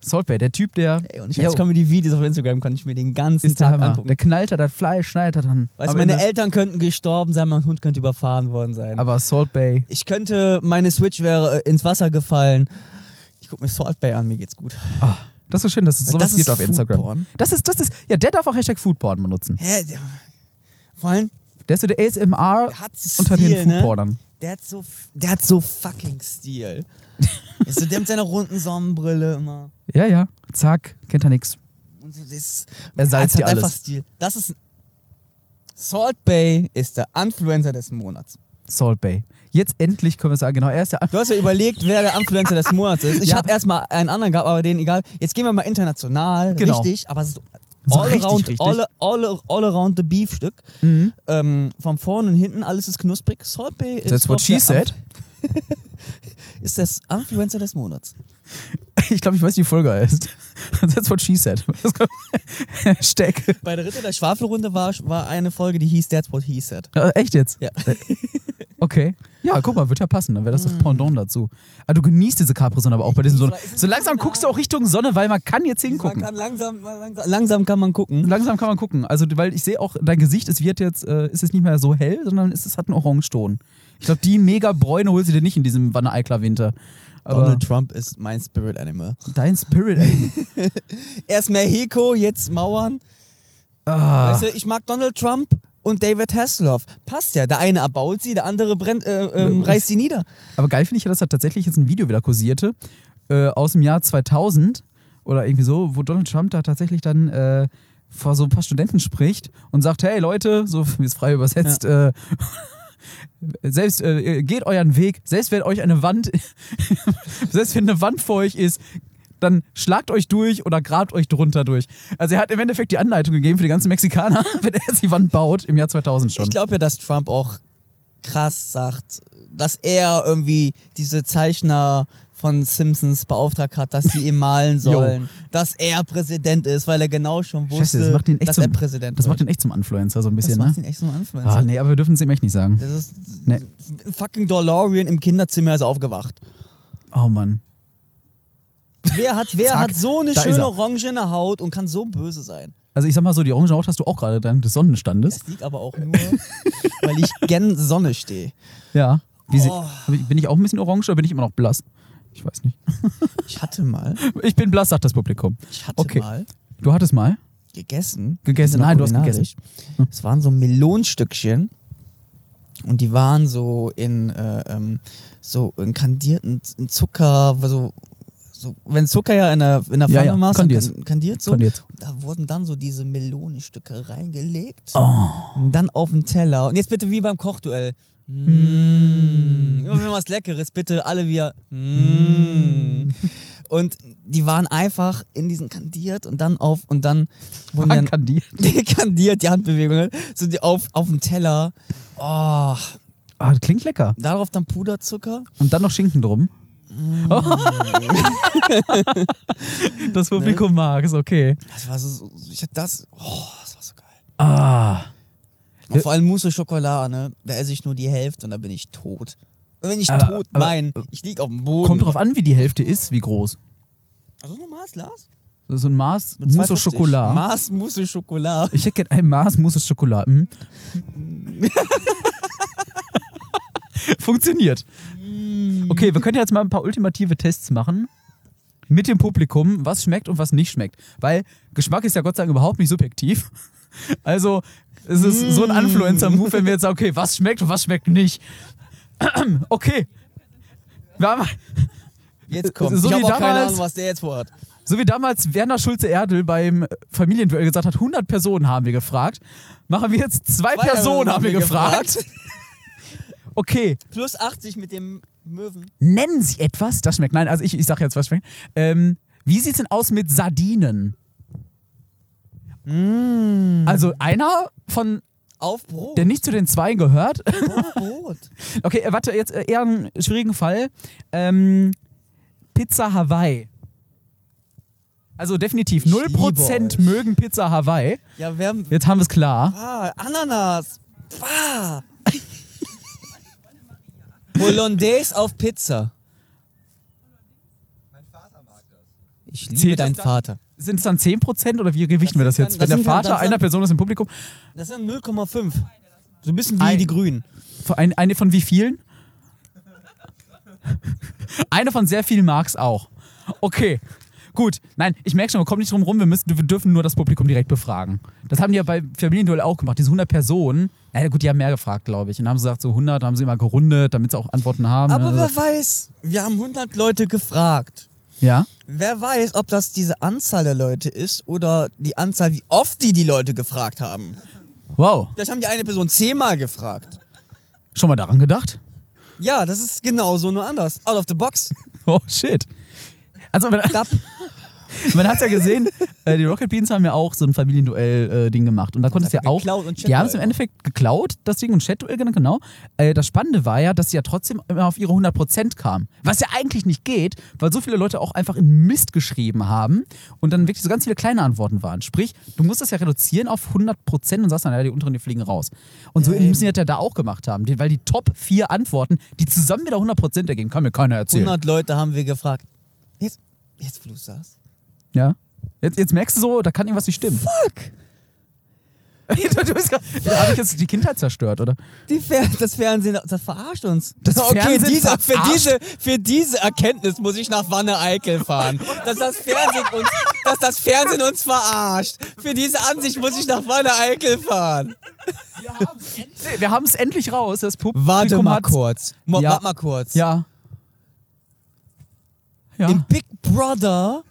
Speaker 4: Salt Bay, der Typ, der.
Speaker 3: Ey, und ich
Speaker 4: Jo,
Speaker 3: als Comedy-Videos auf Instagram kann ich mir den ganzen
Speaker 4: ist der
Speaker 3: Tag
Speaker 4: Hammer.
Speaker 3: angucken.
Speaker 4: Der knallt er das Fleisch, schneidet er dann.
Speaker 3: Weißt du,
Speaker 4: am
Speaker 3: meine
Speaker 4: Ende.
Speaker 3: Eltern könnten gestorben sein, mein Hund könnte überfahren worden sein.
Speaker 4: Aber Salt Bay.
Speaker 3: ich könnte, meine Switch wäre äh, ins Wasser gefallen. Ich gucke mir Salt Bay an, mir geht's gut.
Speaker 4: Ah, das ist schön, dass es sowas
Speaker 3: Das ist
Speaker 4: gibt auf Instagram.
Speaker 3: Foodporn.
Speaker 4: Das ist, das ist. Ja, der darf auch Hashtag Foodporn benutzen.
Speaker 3: Hä? Vor allem,
Speaker 4: Der ist so der ASMR
Speaker 3: der hat
Speaker 4: unter
Speaker 3: Stil,
Speaker 4: den
Speaker 3: ne?
Speaker 4: Foodpornern.
Speaker 3: Der hat so, der hat so fucking Stil. Ist so, der mit seiner runden Sonnenbrille immer.
Speaker 4: Ja, ja. Zack, kennt er nix.
Speaker 3: Und so, das,
Speaker 4: Er salzt
Speaker 3: das
Speaker 4: dir
Speaker 3: hat einfach
Speaker 4: alles.
Speaker 3: Stil. Das ist. Salt Bay ist der Influencer des Monats.
Speaker 4: Salt Bay. Jetzt endlich können wir sagen, genau, er ist der
Speaker 3: Du hast ja überlegt, wer der Influencer des Monats ist. Ich
Speaker 4: Ja.
Speaker 3: habe erstmal einen anderen gehabt, aber den egal. Jetzt gehen wir mal international.
Speaker 4: Genau.
Speaker 3: Richtig, aber es ist
Speaker 4: So
Speaker 3: all,
Speaker 4: richtig,
Speaker 3: around,
Speaker 4: richtig. Mhm.
Speaker 3: All, all, all around the beef Stück. Ähm, von vorne und hinten alles ist knusprig. Salt Bay ist,
Speaker 4: That's
Speaker 3: doch
Speaker 4: what she
Speaker 3: der
Speaker 4: said.
Speaker 3: Inf- ist das Influencer des Monats.
Speaker 4: Ich glaube, ich weiß, wie die Folge heißt. That's what she said. Das kommt- Hashtag.
Speaker 3: Bei der Ritter der Schwafelrunde war, war eine Folge, die hieß That's What He Said.
Speaker 4: Äh, echt jetzt?
Speaker 3: Ja.
Speaker 4: Okay. Ja, guck mal, wird ja passen. Dann wäre das
Speaker 3: Mhm.
Speaker 4: das Pendant dazu. Aber du genießt diese Capri-Sonne aber auch bei diesem Sonne. So langsam guckst du auch Richtung Sonne, weil man kann jetzt
Speaker 3: Man
Speaker 4: hingucken.
Speaker 3: kann langsam, langsam, langsam kann man gucken.
Speaker 4: Langsam kann man gucken. Also, weil ich sehe auch, dein Gesicht, es wird jetzt, äh, ist es nicht mehr so hell, sondern es, es hat einen Orangeton. Ich glaube, die mega Bräune holst du dir nicht in diesem Wanne-Eikler-Winter. Aber
Speaker 3: Donald Trump ist mein Spirit Animal.
Speaker 4: dein Spirit, ey.
Speaker 3: Erst Mexiko, jetzt Mauern.
Speaker 4: Ah.
Speaker 3: Weißt du, ich mag Donald Trump und David Hasselhoff. Passt ja. Der eine erbaut sie, der andere brennt, äh, ähm, reißt sie nieder.
Speaker 4: Aber geil finde ich ja, dass da tatsächlich jetzt ein Video wieder kursierte äh, aus dem Jahr 2000 oder irgendwie so, wo Donald Trump da tatsächlich dann äh, vor so ein paar Studenten spricht und sagt, hey Leute, so wie es frei übersetzt, äh, selbst äh, geht euren Weg, selbst wenn euch eine Wand, selbst wenn eine Wand vor euch ist, dann schlagt euch durch oder grabt euch drunter durch. Also er hat im Endeffekt die Anleitung gegeben für die ganzen Mexikaner, wenn er jetzt die Wand baut im Jahr 2000 schon.
Speaker 3: Ich glaube ja, dass Trump auch krass sagt, dass er irgendwie diese Zeichner von Simpsons beauftragt hat, dass sie ihm malen sollen, dass er Präsident ist, weil er genau schon wusste,
Speaker 4: Scheiße, das macht ihn echt
Speaker 3: dass
Speaker 4: zum,
Speaker 3: er Präsident
Speaker 4: Das
Speaker 3: wird.
Speaker 4: macht ihn echt zum Influencer so ein bisschen,
Speaker 3: das macht
Speaker 4: ne?
Speaker 3: ihn echt so ein Influencer.
Speaker 4: Ah, nee, aber wir dürfen es ihm echt nicht sagen.
Speaker 3: Das ist
Speaker 4: Nee.
Speaker 3: ein fucking DeLorean im Kinderzimmer ist aufgewacht.
Speaker 4: Oh Mann.
Speaker 3: Wer hat, wer
Speaker 4: Zack,
Speaker 3: hat so eine
Speaker 4: da ist
Speaker 3: schöne
Speaker 4: er.
Speaker 3: orangene Haut und kann so böse sein?
Speaker 4: Also ich sag mal so, die orange Haut hast du auch gerade dank des Sonnenstandes.
Speaker 3: Das liegt aber auch nur, weil ich gern Sonne stehe.
Speaker 4: Ja. Wie sie,
Speaker 3: Oh.
Speaker 4: hab ich- Bin ich auch ein bisschen orange oder bin ich immer noch blass? Ich weiß nicht.
Speaker 3: Ich hatte mal,
Speaker 4: Ich bin blass, sagt das Publikum.
Speaker 3: ich hatte
Speaker 4: Okay.
Speaker 3: mal
Speaker 4: Du hattest mal?
Speaker 3: gegessen.
Speaker 4: Gegessen? Nein, du hast Hm.
Speaker 3: kulinarisch. Es waren so Melonstückchen und die waren so in äh, ähm, so in kandierten Z- in Zucker, so, so wenn Zucker ja in der in der
Speaker 4: Ja,
Speaker 3: Pfanne
Speaker 4: ja,
Speaker 3: machst, dann
Speaker 4: kandiert's.
Speaker 3: kan- kandiert so.
Speaker 4: Kandiert.
Speaker 3: Und Da wurden dann so diese Melonenstücke reingelegt
Speaker 4: Oh.
Speaker 3: und dann auf den Teller. Und jetzt bitte wie beim Kochduell.
Speaker 4: Mm.
Speaker 3: Mmh. Immer wenn was Leckeres, bitte alle wir. Mmh.
Speaker 4: Mm.
Speaker 3: Und die waren einfach in diesen kandiert und dann auf und dann wurden
Speaker 4: Ah,
Speaker 3: die dann
Speaker 4: Kandiert.
Speaker 3: dekandiert, die Handbewegung, ne? so die auf, auf den Teller. Oh,
Speaker 4: Ah, das klingt lecker.
Speaker 3: darauf dann Puderzucker.
Speaker 4: Und dann noch Schinken drum.
Speaker 3: Mm.
Speaker 4: Oh. das Publikum mag es, okay.
Speaker 3: Das war so, so ich hatte das, oh, das war so geil.
Speaker 4: Ah.
Speaker 3: Und vor allem Mousse au Chocolat, ne? Da esse ich nur die Hälfte und dann bin ich tot. Und wenn ich
Speaker 4: Aber-
Speaker 3: tot
Speaker 4: aber- äh,
Speaker 3: mein, ich lieg auf dem Boden.
Speaker 4: Kommt drauf an, wie die Hälfte ist, wie groß.
Speaker 3: Also normal, Lars?
Speaker 4: Das ist so ein Maß Mousse au
Speaker 3: 2,50.
Speaker 4: Chocolat.
Speaker 3: Maß Mousse au Chocolat.
Speaker 4: ich hätte gern ein Maß Mousse au Chocolat. Hm? Funktioniert. Okay, wir können jetzt mal ein paar ultimative Tests machen. Mit dem Publikum, was schmeckt und was nicht schmeckt. Weil Geschmack ist ja Gott sei Dank überhaupt nicht subjektiv. Also, es ist so ein Influencer-Move, wenn wir jetzt sagen, okay, was schmeckt und was schmeckt nicht. Okay. Wir haben,
Speaker 3: Jetzt kommt.
Speaker 4: So
Speaker 3: ich
Speaker 4: wie
Speaker 3: habe auch keine
Speaker 4: damals-
Speaker 3: Ahnung, was der jetzt vorhat.
Speaker 4: so wie damals Werner Schulze-Erdel beim Familienduell gesagt hat, 100 Personen haben wir gefragt. Machen wir jetzt zwei,
Speaker 3: Zwei
Speaker 4: Personen haben wir gefragt. Okay,
Speaker 3: Plus 80 mit dem Möwen.
Speaker 4: nennen Sie etwas, das schmeckt. Nein, also ich, ich sage jetzt, was schmeckt. Ähm, wie sieht's denn aus mit Sardinen? Also einer von,
Speaker 3: Auf Brot.
Speaker 4: der nicht zu den zwei gehört.
Speaker 3: Auf Brot.
Speaker 4: Okay, äh, warte, jetzt äh, eher einen schwierigen Fall. Ähm, Pizza Hawaii. Also definitiv,
Speaker 3: Ich
Speaker 4: 0%
Speaker 3: liebe euch.
Speaker 4: mögen Pizza Hawaii.
Speaker 3: Ja, wir haben.
Speaker 4: Jetzt haben wir es klar.
Speaker 3: Ah, Ananas. Ah. Hollandaise auf Pizza. Ich liebe
Speaker 4: Zählt das
Speaker 3: deinen
Speaker 4: dann?
Speaker 3: Vater.
Speaker 4: Sind es dann 10% oder wie gewichten wir das
Speaker 3: sind
Speaker 4: jetzt?
Speaker 3: dann- das
Speaker 4: Wenn der
Speaker 3: sind dann-
Speaker 4: Vater
Speaker 3: das sind-
Speaker 4: einer Person ist im Publikum,
Speaker 3: Das sind 0,5. So ein bisschen
Speaker 4: Ei.
Speaker 3: wie die Grünen.
Speaker 4: von ein, eine von wie vielen? eine von sehr vielen mag es auch. Okay, gut. Nein, ich merke schon, wir kommen nicht drum rum, wir, müssen, wir dürfen nur das Publikum direkt befragen. Das haben die ja bei Familienduell auch gemacht, diese 100 Personen. Na ja, gut, die haben mehr gefragt, glaube ich. Und haben sie gesagt, so 100, haben sie immer gerundet, damit sie auch Antworten haben.
Speaker 3: Aber
Speaker 4: Also-
Speaker 3: wer weiß, wir haben 100 Leute gefragt.
Speaker 4: ja?
Speaker 3: Wer weiß, ob das diese Anzahl der Leute ist oder die Anzahl, wie oft die die Leute gefragt haben.
Speaker 4: Wow,
Speaker 3: Vielleicht haben die eine Person zehnmal gefragt.
Speaker 4: schon mal daran gedacht?
Speaker 3: Ja, das ist genauso, nur anders. Out of the box.
Speaker 4: Oh shit. Also man,
Speaker 3: Dab.
Speaker 4: man hat ja gesehen, äh, die Rocket Beans haben ja auch so ein Familienduell-Ding gemacht. Und da konntest du ja auch.
Speaker 3: geklaut und
Speaker 4: die haben es im
Speaker 3: Chatduell.
Speaker 4: Endeffekt geklaut, das Ding und Chatduell, genannt, genau. Äh, das Spannende war ja, dass sie ja trotzdem immer auf ihre 100% kamen. Was ja eigentlich nicht geht, weil so viele Leute auch einfach in Mist geschrieben haben und dann wirklich so ganz viele kleine Antworten waren. Sprich, du musst das ja reduzieren auf 100% und sagst dann, ja, die unteren, die fliegen raus. Und so müssen die das ja da auch gemacht haben, die, weil die Top 4 Antworten, die zusammen wieder 100% ergeben, kann mir keiner erzählen.
Speaker 3: 100 Leute haben wir gefragt. Jetzt, jetzt wo du sagst.
Speaker 4: Ja. Jetzt, jetzt merkst du so, da kann irgendwas nicht stimmen. Fuck! du, du bist grad- da habe ich jetzt die Kindheit zerstört, oder?
Speaker 3: Die Fer das Fernsehen, das verarscht uns.
Speaker 4: Das
Speaker 3: okay,
Speaker 4: Fernsehen
Speaker 3: dieser, für,
Speaker 4: verarscht-
Speaker 3: diese, für diese Erkenntnis muss ich nach Wanne-Eickel fahren. Dass das, Fernsehen uns, dass das Fernsehen uns verarscht. Für diese Ansicht muss ich nach Wanne-Eickel fahren.
Speaker 4: Wir haben es endlich raus. Das Publikum
Speaker 3: Warte mal
Speaker 4: hat's-
Speaker 3: kurz. Mo
Speaker 4: Ja.
Speaker 3: Warte mal kurz.
Speaker 4: Ja. Ja.
Speaker 3: Im Big Brother.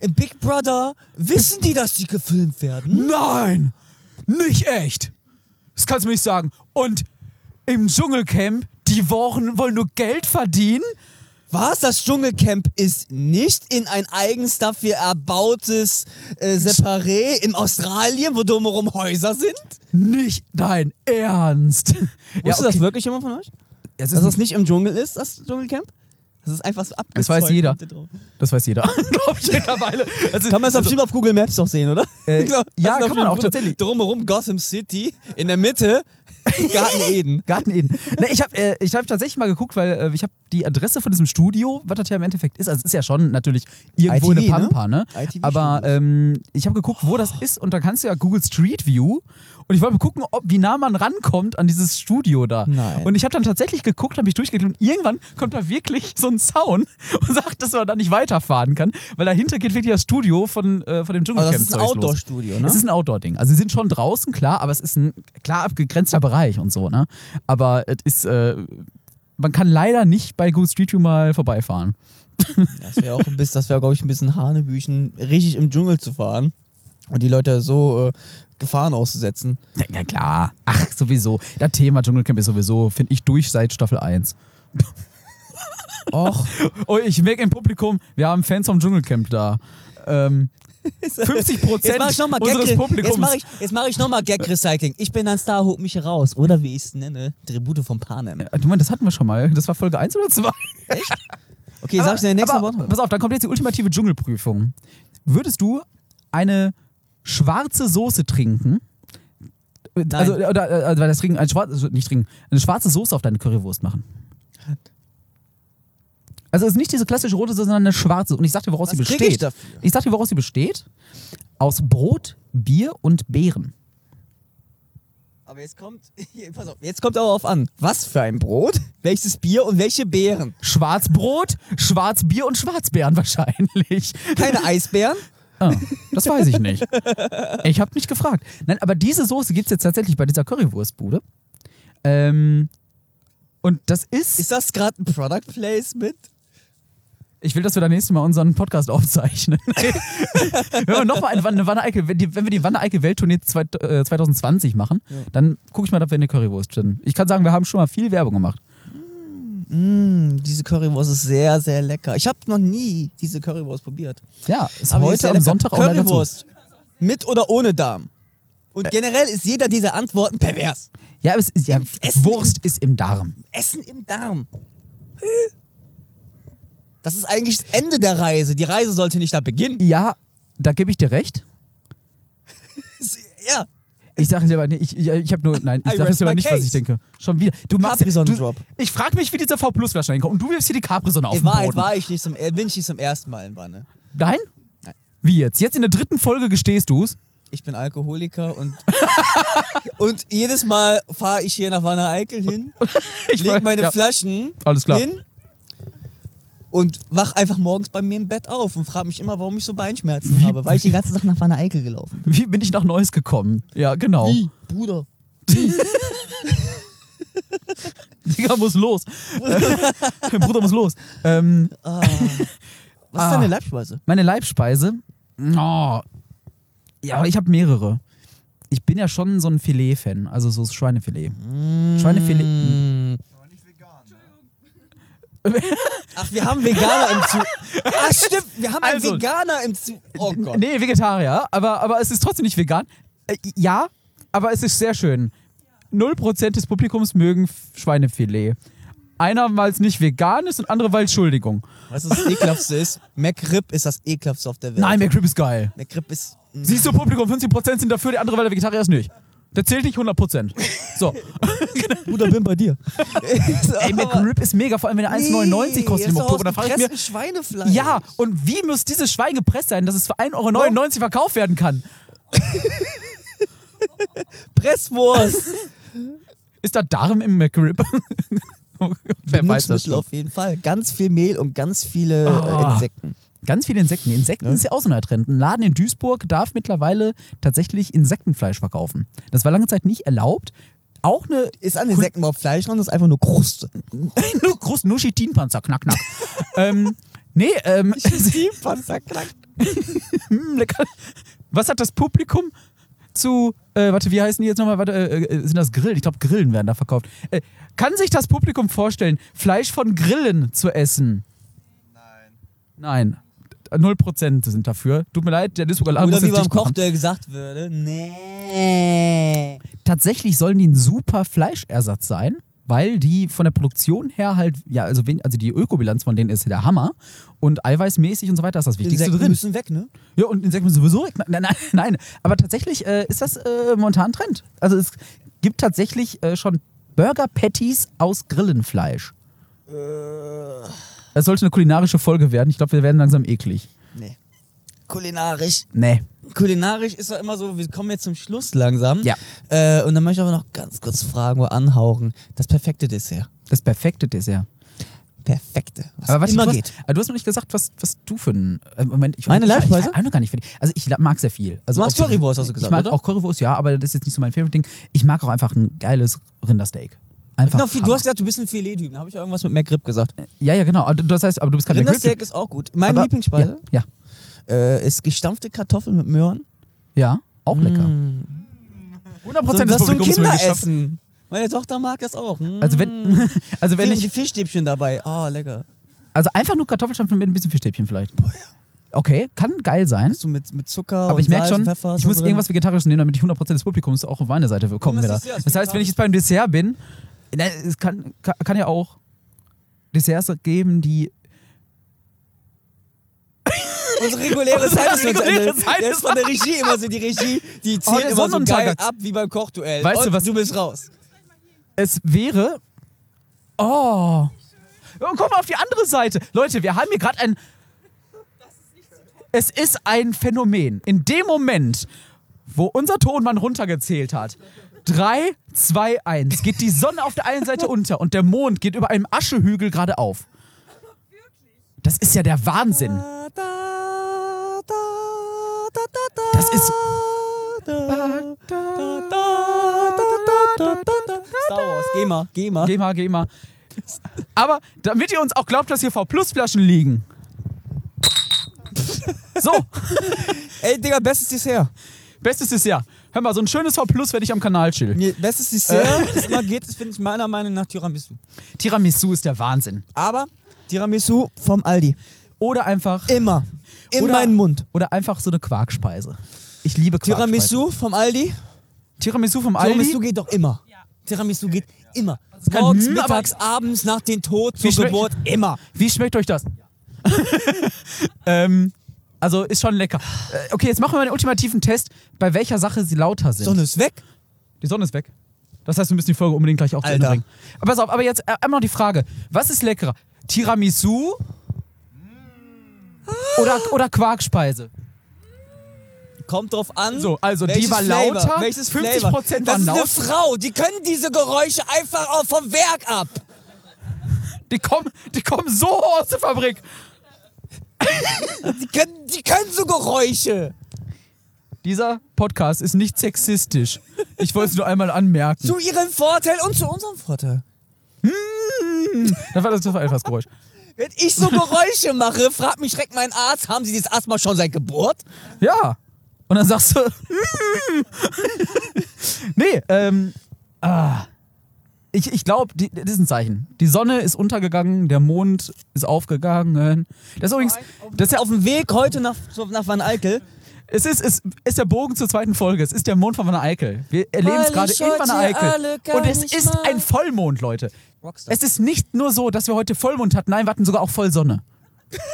Speaker 3: Im Big Brother wissen die, dass die gefilmt werden.
Speaker 4: Nein! Nicht echt! Das kannst du mir nicht sagen. Und im Dschungelcamp, die Wochen wollen nur Geld verdienen?
Speaker 3: Was? Das Dschungelcamp ist nicht in ein eigens dafür erbautes äh, Separé in Australien, wo drumherum Häuser sind?
Speaker 4: Nicht dein Ernst.
Speaker 3: Wusste das wirklich jemand von euch?
Speaker 4: das,
Speaker 3: Dass das nicht im Dschungel ist, das Dschungelcamp? Das ist einfach so abgezeugt.
Speaker 4: weiß jeder.
Speaker 3: Da drauf.
Speaker 4: das weiß jeder. Glaub ich mittlerweile. Also,
Speaker 3: Kann man das auf, bestimmt auf Google Maps doch sehen, oder?
Speaker 4: Äh,
Speaker 3: Ich glaub,
Speaker 4: ja,
Speaker 3: das ist
Speaker 4: kann man
Speaker 3: auf
Speaker 4: auch
Speaker 3: Google-
Speaker 4: tatsächlich.
Speaker 3: Drumherum Gotham City, in der Mitte Garten Eden.
Speaker 4: Garten Eden. Ne, ich habe äh, ich hab tatsächlich mal geguckt, weil äh, ich habe die Adresse von diesem Studio, was das ja im Endeffekt ist, also es ist ja schon natürlich irgendwo
Speaker 5: ITV,
Speaker 4: eine Pampa, ne?
Speaker 5: ITV
Speaker 4: Aber ähm, ich habe geguckt, wo das ist und da kannst du ja Google Street View und ich wollte mal gucken, ob, wie nah man rankommt an dieses Studio da.
Speaker 3: Nein.
Speaker 4: Und ich habe dann tatsächlich geguckt, habe ich durchgeklickt und irgendwann kommt da wirklich so ein Zaun und sagt, dass man da nicht weiterfahren kann, weil dahinter geht wirklich das Studio von, äh, von
Speaker 3: Also
Speaker 4: dem Dschungelcamp.
Speaker 3: das ist ein Outdoor-Studio, ne?
Speaker 4: Es ist ein Outdoor-Ding. Also sie sind schon draußen, klar, aber es ist ein klar abgegrenzter Bereich und so, ne? Aber es ist, äh, man kann leider nicht bei Good Street View mal vorbeifahren.
Speaker 3: Das wäre auch ein bisschen, das wäre, glaube ich, ein bisschen Hanebüchen, richtig im Dschungel zu fahren und die Leute so äh, Gefahren auszusetzen.
Speaker 4: Ja, klar. Ach, sowieso. Das Thema Dschungelcamp ist sowieso, finde ich, durch seit Staffel 1.
Speaker 3: Och,
Speaker 4: Oh, ich merke im Publikum, wir haben Fans vom Dschungelcamp da. Ähm, 50
Speaker 3: jetzt
Speaker 4: Prozent
Speaker 3: mache ich nochmal
Speaker 4: unseres
Speaker 3: Gag. Jetzt
Speaker 4: Publikums.
Speaker 3: mache ich, jetzt mach ich nochmal Gag-Recycling. Ich bin ein Star, hob mich raus. Oder wie ich es nenne, Tribute von Panem.
Speaker 4: Du meinst, das hatten wir schon mal. Das war Folge 1 oder 2?
Speaker 3: Okay, sag ich dir in der nächsten
Speaker 4: Aber
Speaker 3: Woche.
Speaker 4: Pass auf, dann kommt jetzt die ultimative Dschungelprüfung. Würdest du eine schwarze Soße trinken? Also, oder, oder, oder das Trinken, ein schwarz, also nicht trinken, eine schwarze Soße auf deine Currywurst machen. Also es ist nicht diese klassische rote Soße, sondern eine schwarze. Und ich sag dir, woraus sie
Speaker 3: Was krieg
Speaker 4: besteht.
Speaker 3: ich dafür?
Speaker 4: ich sag dir, woraus sie besteht. Aus Brot, Bier und Beeren.
Speaker 3: Aber jetzt kommt, pass auf, jetzt kommt aber auf an. Was für ein Brot, welches Bier und welche Beeren?
Speaker 4: Schwarzbrot, Schwarzbier und Schwarzbeeren wahrscheinlich.
Speaker 3: Keine Eisbären?
Speaker 4: Ah, das weiß ich nicht. Ich habe nicht gefragt. Nein, aber diese Soße gibt es jetzt tatsächlich bei dieser Currywurstbude. Ähm, und das ist,
Speaker 3: Ist das gerade ein Product Placement?
Speaker 4: Ich will, dass wir das nächste Mal unseren Podcast aufzeichnen. wenn wir nochmal eine, eine Wanne Eickel, wenn, die, wenn wir die Wanne Eickel Welttournee zweit- äh, 2020 machen, dann gucke ich mal, ob wir eine Currywurst finden. Ich kann sagen, wir haben schon mal viel Werbung gemacht.
Speaker 3: Hm, Diese Currywurst ist sehr, sehr lecker. Ich habe noch nie diese Currywurst probiert.
Speaker 4: Ja, ist
Speaker 3: Aber die ist
Speaker 4: heute
Speaker 3: sehr
Speaker 4: am
Speaker 3: lecker.
Speaker 4: Sonntag auch leider zu.
Speaker 3: Currywurst. Mit oder ohne Darm? Und generell ist jeder dieser Antworten pervers.
Speaker 4: Ja, aber es ist, ja,
Speaker 3: Essen-
Speaker 4: Wurst ist im Darm.
Speaker 3: Essen im Darm. Das ist eigentlich das Ende der Reise. Die Reise sollte nicht da beginnen.
Speaker 4: Ja, da gebe ich dir recht.
Speaker 3: Ja.
Speaker 4: Ich sage es aber nicht, ich, ich, ich habe nur, nein, ich
Speaker 3: I
Speaker 4: sage es
Speaker 3: rest
Speaker 4: aber
Speaker 3: my
Speaker 4: nicht, was
Speaker 3: case.
Speaker 4: ich denke. Schon wieder. Du machst du,
Speaker 3: Capri-Sonnen-Drop.
Speaker 4: Ich frage mich, wie dieser V Plus Flaschen hinkommt. Und du wirfst hier die Capri-Sonne auf
Speaker 3: In
Speaker 4: den
Speaker 3: Wahrheit
Speaker 4: Boden.
Speaker 3: war ich nicht zum, äh, bin ich nicht zum ersten Mal in Wanne.
Speaker 4: Nein? Wie jetzt? Jetzt in der dritten Folge gestehst du's?
Speaker 3: Ich bin Alkoholiker und, und jedes Mal fahre ich hier nach Wanne Eickel hin,
Speaker 4: Ich
Speaker 3: lege
Speaker 4: weiß,
Speaker 3: meine
Speaker 4: ja.
Speaker 3: Flaschen
Speaker 4: Alles klar.
Speaker 3: hin und wach einfach morgens bei mir im Bett auf und frage mich immer, warum ich so Beinschmerzen habe, weil ich die ganze Sache nach Wanne Eickel gelaufen
Speaker 4: Wie bin ich nach Neuss gekommen? Ja, genau.
Speaker 3: bin. Wie, Bruder?
Speaker 4: Digga muss los. Äh, Bruder muss los. Ähm,
Speaker 3: Was
Speaker 4: Ah.
Speaker 3: ist deine Leibspeise?
Speaker 4: meine Leibspeise. Oh. Ja, aber ich habe mehrere. Ich bin ja schon so ein Filet-Fan, also so das Schweinefilet.
Speaker 3: Mm.
Speaker 4: Schweinefilet.
Speaker 3: Ach, wir haben Veganer im Zug. Ach, stimmt, wir haben
Speaker 4: Also-
Speaker 3: einen Veganer im Zug. Oh Gott.
Speaker 4: Nee, Vegetarier, aber, aber es ist trotzdem nicht vegan. Äh, ja, aber es ist sehr schön. 0% des Publikums mögen F- Schweinefilet. Einer, weil es nicht vegan ist und andere, weil Entschuldigung.
Speaker 3: Weißt du, was das ekelhaftste ist? McRib ist das ekelhaftste auf der Welt.
Speaker 4: Nein, McRib ist geil.
Speaker 3: McRib ist...
Speaker 4: Siehst du, Publikum, 50% sind dafür, die andere, weil der Vegetarier ist, nicht. Der zählt nicht 100%. So.
Speaker 3: Bruder, bin bei dir.
Speaker 4: Ey, McRib ist mega, vor allem wenn er 1,99 kostet im Oktober. Dann frage ich mir,
Speaker 3: Schweinefleisch.
Speaker 4: ja, und wie muss dieses Schwein gepresst sein, dass es für 1,99 Euro verkauft werden kann?
Speaker 3: Presswurst.
Speaker 4: Ist da Darm im McRib? Wer weiß das?
Speaker 3: Nutzmittel
Speaker 4: schon?
Speaker 3: auf jeden Fall. Ganz viel Mehl und ganz viele
Speaker 4: Ah.
Speaker 3: äh, Insekten.
Speaker 4: Ganz viele Insekten. Insekten ist ja auch so ein Trend. Ein Laden in Duisburg darf mittlerweile tatsächlich Insektenfleisch verkaufen. Das war lange Zeit nicht erlaubt. Auch eine
Speaker 3: Ist an Insekten überhaupt Fleisch dran? Das ist einfach nur Kruste.
Speaker 4: nur groß Nuschi Tienpanzer, knack, knack. ähm, nee, ähm, hm, lecker. Was hat das Publikum zu, äh, warte, wie heißen die jetzt nochmal? Warte, äh, äh, sind das Grillen? Ich glaube, Grillen werden da verkauft. Äh, kann sich das Publikum vorstellen, Fleisch von Grillen zu essen? Nein. Nein. 0% sind dafür. Tut mir leid, der Duisburger Laden
Speaker 3: Oder
Speaker 4: muss
Speaker 3: wie
Speaker 4: jetzt
Speaker 3: beim
Speaker 4: dicht machen.
Speaker 3: Koch, der gesagt würde, nee.
Speaker 4: tatsächlich sollen die ein super Fleischersatz sein, weil die von der Produktion her halt, ja, also, wen, also die Ökobilanz von denen ist der Hammer und eiweißmäßig und so weiter ist das Wichtigste
Speaker 3: Insekten
Speaker 4: drin.
Speaker 3: müssen weg, ne?
Speaker 4: Ja, und Insekten müssen sowieso weg. Nein, nein, nein. Aber tatsächlich äh, ist das äh, momentan ein Trend. Also es gibt tatsächlich äh, schon Burger Patties aus Grillenfleisch.
Speaker 3: Äh.
Speaker 4: Das sollte eine kulinarische Folge werden. Ich glaube, wir werden langsam eklig.
Speaker 3: Nee. Kulinarisch.
Speaker 4: Nee.
Speaker 3: Kulinarisch ist ja immer so, wir kommen jetzt zum Schluss langsam.
Speaker 4: Ja.
Speaker 3: Äh, und dann möchte ich aber noch ganz kurz fragen oder anhauchen. Das perfekte Dessert.
Speaker 4: Das perfekte Dessert.
Speaker 3: Perfekte. Was
Speaker 4: Aber was
Speaker 3: immer
Speaker 4: du
Speaker 3: geht.
Speaker 4: Hast, aber du hast noch nicht gesagt, was, was du für ein. äh, Moment, ich,
Speaker 3: Meine
Speaker 4: ich,
Speaker 3: Leibspeise?
Speaker 4: Ich, ich, ich, gar nicht, für die- also ich la- mag sehr viel. Also
Speaker 3: Du magst
Speaker 4: auch-
Speaker 3: Currywurst, hast du gesagt,
Speaker 4: Ich mag
Speaker 3: oder?
Speaker 4: auch Currywurst, ja, aber das ist jetzt nicht so mein Favorite-Ding. Ich mag auch einfach ein geiles Rindersteak. Einfach.
Speaker 3: Genau, du
Speaker 4: Hammer.
Speaker 3: hast gesagt, du bist ein Filet-Typ. Da habe ich ja irgendwas mit mehr Grip gesagt.
Speaker 4: ja, ja, genau. Also Das heißt, aber du bist kein
Speaker 3: Rindersteak ist auch gut. Meine
Speaker 4: Aber-
Speaker 3: Lieblingsspeise
Speaker 4: Ja, ja.
Speaker 3: äh, ist gestampfte Kartoffeln mit Möhren.
Speaker 4: ja auch lecker. 100%
Speaker 3: Mm. So, das ist
Speaker 4: des
Speaker 3: so ein
Speaker 4: Publikums will geschafft.
Speaker 3: Kinderessen. Meine Tochter mag das auch. Hm.
Speaker 4: Also wenn, also wenn
Speaker 3: Wenn
Speaker 4: ich,
Speaker 3: die Fischstäbchen dabei. Oh, lecker.
Speaker 4: also einfach nur Kartoffelstampfen mit ein bisschen Fischstäbchen vielleicht. Okay, kann geil sein.
Speaker 3: So mit, mit Zucker
Speaker 4: Aber
Speaker 3: und
Speaker 4: ich merke
Speaker 3: Salz und
Speaker 4: schon,
Speaker 3: Pfeffer ist
Speaker 4: ich
Speaker 3: da
Speaker 4: muss
Speaker 3: drin.
Speaker 4: irgendwas Vegetarisches nehmen, damit ich 100% des Publikums auch auf meine Seite kommen
Speaker 3: das
Speaker 4: wieder.
Speaker 3: ist ja das
Speaker 4: Das heißt, wenn ich jetzt beim Dessert bin, na, es kann, kann, kann ja auch Desserts geben, die...
Speaker 3: Unsere reguläre
Speaker 4: Unsere
Speaker 3: Zeit ist uns
Speaker 4: reguläre
Speaker 3: Ende.
Speaker 4: Zeit
Speaker 3: Der
Speaker 4: ist
Speaker 3: ist von der Regie immer so. Die Regie, die
Speaker 4: Oh,
Speaker 3: zählt immer
Speaker 4: der
Speaker 3: so geil
Speaker 4: Sonnentag.
Speaker 3: ab wie beim Kochduell.
Speaker 4: Weißt du
Speaker 3: Und
Speaker 4: was-
Speaker 3: Du bist raus.
Speaker 4: Es wäre... Oh... Oh, guck mal auf die andere Seite. Leute, wir haben hier gerade ein... Es ist ein Phänomen. In dem Moment, wo unser Tonmann runtergezählt hat, 3, 2, 1, geht die Sonne auf der einen Seite unter und der Mond geht über einem Aschehügel gerade auf. Das ist ja der Wahnsinn. Das ist.
Speaker 3: Star Wars, geh mal, geh mal.
Speaker 4: Geh mal, geh mal. Aber damit ihr uns auch glaubt, dass hier V-Plus-Flaschen liegen. So,
Speaker 3: Ey, Digga, bestes Dessert.
Speaker 4: bestes ist ja. Hör mal, so ein schönes V-Plus werde ich am Kanal chillen.
Speaker 3: Mir- Bestes Dessert, das immer geht, finde ich meiner Meinung nach Tiramisu.
Speaker 4: Tiramisu ist der Wahnsinn.
Speaker 3: Aber Tiramisu vom Aldi.
Speaker 4: Oder einfach.
Speaker 3: Immer. In
Speaker 4: Oder-
Speaker 3: meinen Mund.
Speaker 4: Oder einfach so eine Quarkspeise. Ich liebe Quarkspeise.
Speaker 3: Tiramisu vom Aldi.
Speaker 4: Tiramisu vom Aldi.
Speaker 3: Tiramisu geht doch immer. Tiramisu geht immer.
Speaker 4: kann-
Speaker 3: Also Morgens,
Speaker 4: Hm, aber-
Speaker 3: mittags, abends, nach dem Tod, zur
Speaker 4: Wie schme-
Speaker 3: Geburt, immer.
Speaker 4: Wie schmeckt euch das? ähm, also ist schon lecker. Äh, okay, jetzt machen wir mal den ultimativen Test, bei welcher Sache sie lauter sind.
Speaker 3: Sonne ist weg.
Speaker 4: Die Sonne ist weg. Das heißt, wir müssen die Folge unbedingt gleich auch zu Ende
Speaker 3: Alter.
Speaker 4: bringen. Aber pass auf, aber jetzt äh, einmal noch die Frage: Was ist leckerer? Tiramisu oder, oder Quarkspeise?
Speaker 3: Kommt drauf an.
Speaker 4: So, also die
Speaker 3: welches
Speaker 4: war
Speaker 3: Flavor,
Speaker 4: lauter,
Speaker 3: Welches
Speaker 4: 50%
Speaker 3: Flavor.
Speaker 4: waren
Speaker 3: Das ist eine
Speaker 4: laut.
Speaker 3: Frau. Die können diese Geräusche einfach auch vom Werk ab.
Speaker 4: Die kommen, die kommen so hoch aus der Fabrik.
Speaker 3: Die können, die können so Geräusche.
Speaker 4: Dieser Podcast ist nicht sexistisch. Ich wollte es nur einmal anmerken.
Speaker 3: Zu ihrem Vorteil und zu unserem Vorteil.
Speaker 4: Das war das, das war etwas Geräusch.
Speaker 3: Wenn ich so Geräusche mache, fragt mich schreckt mein Arzt, haben Sie dieses Asthma schon seit Geburt?
Speaker 4: Ja. Und dann sagst du. nee, ähm. Ah. Ich, ich glaube, das ist ein Zeichen. Die Sonne ist untergegangen, der Mond ist aufgegangen. Das ist übrigens. Das ist ja
Speaker 3: Auf dem Weg heute nach, so nach Van Alkel.
Speaker 4: es ist, es ist der Bogen zur zweiten Folge. Es ist der Mond von Van Eickel. Wir erleben es
Speaker 3: Weil
Speaker 4: gerade
Speaker 3: ich
Speaker 4: in Van
Speaker 3: heute
Speaker 4: Eickel.
Speaker 3: alle gar
Speaker 4: Und es
Speaker 3: nicht
Speaker 4: ist
Speaker 3: mag.
Speaker 4: ein Vollmond, Leute.
Speaker 3: Rockstar.
Speaker 4: Es ist nicht nur so, dass wir heute Vollmond hatten. Nein, wir hatten sogar auch Vollsonne.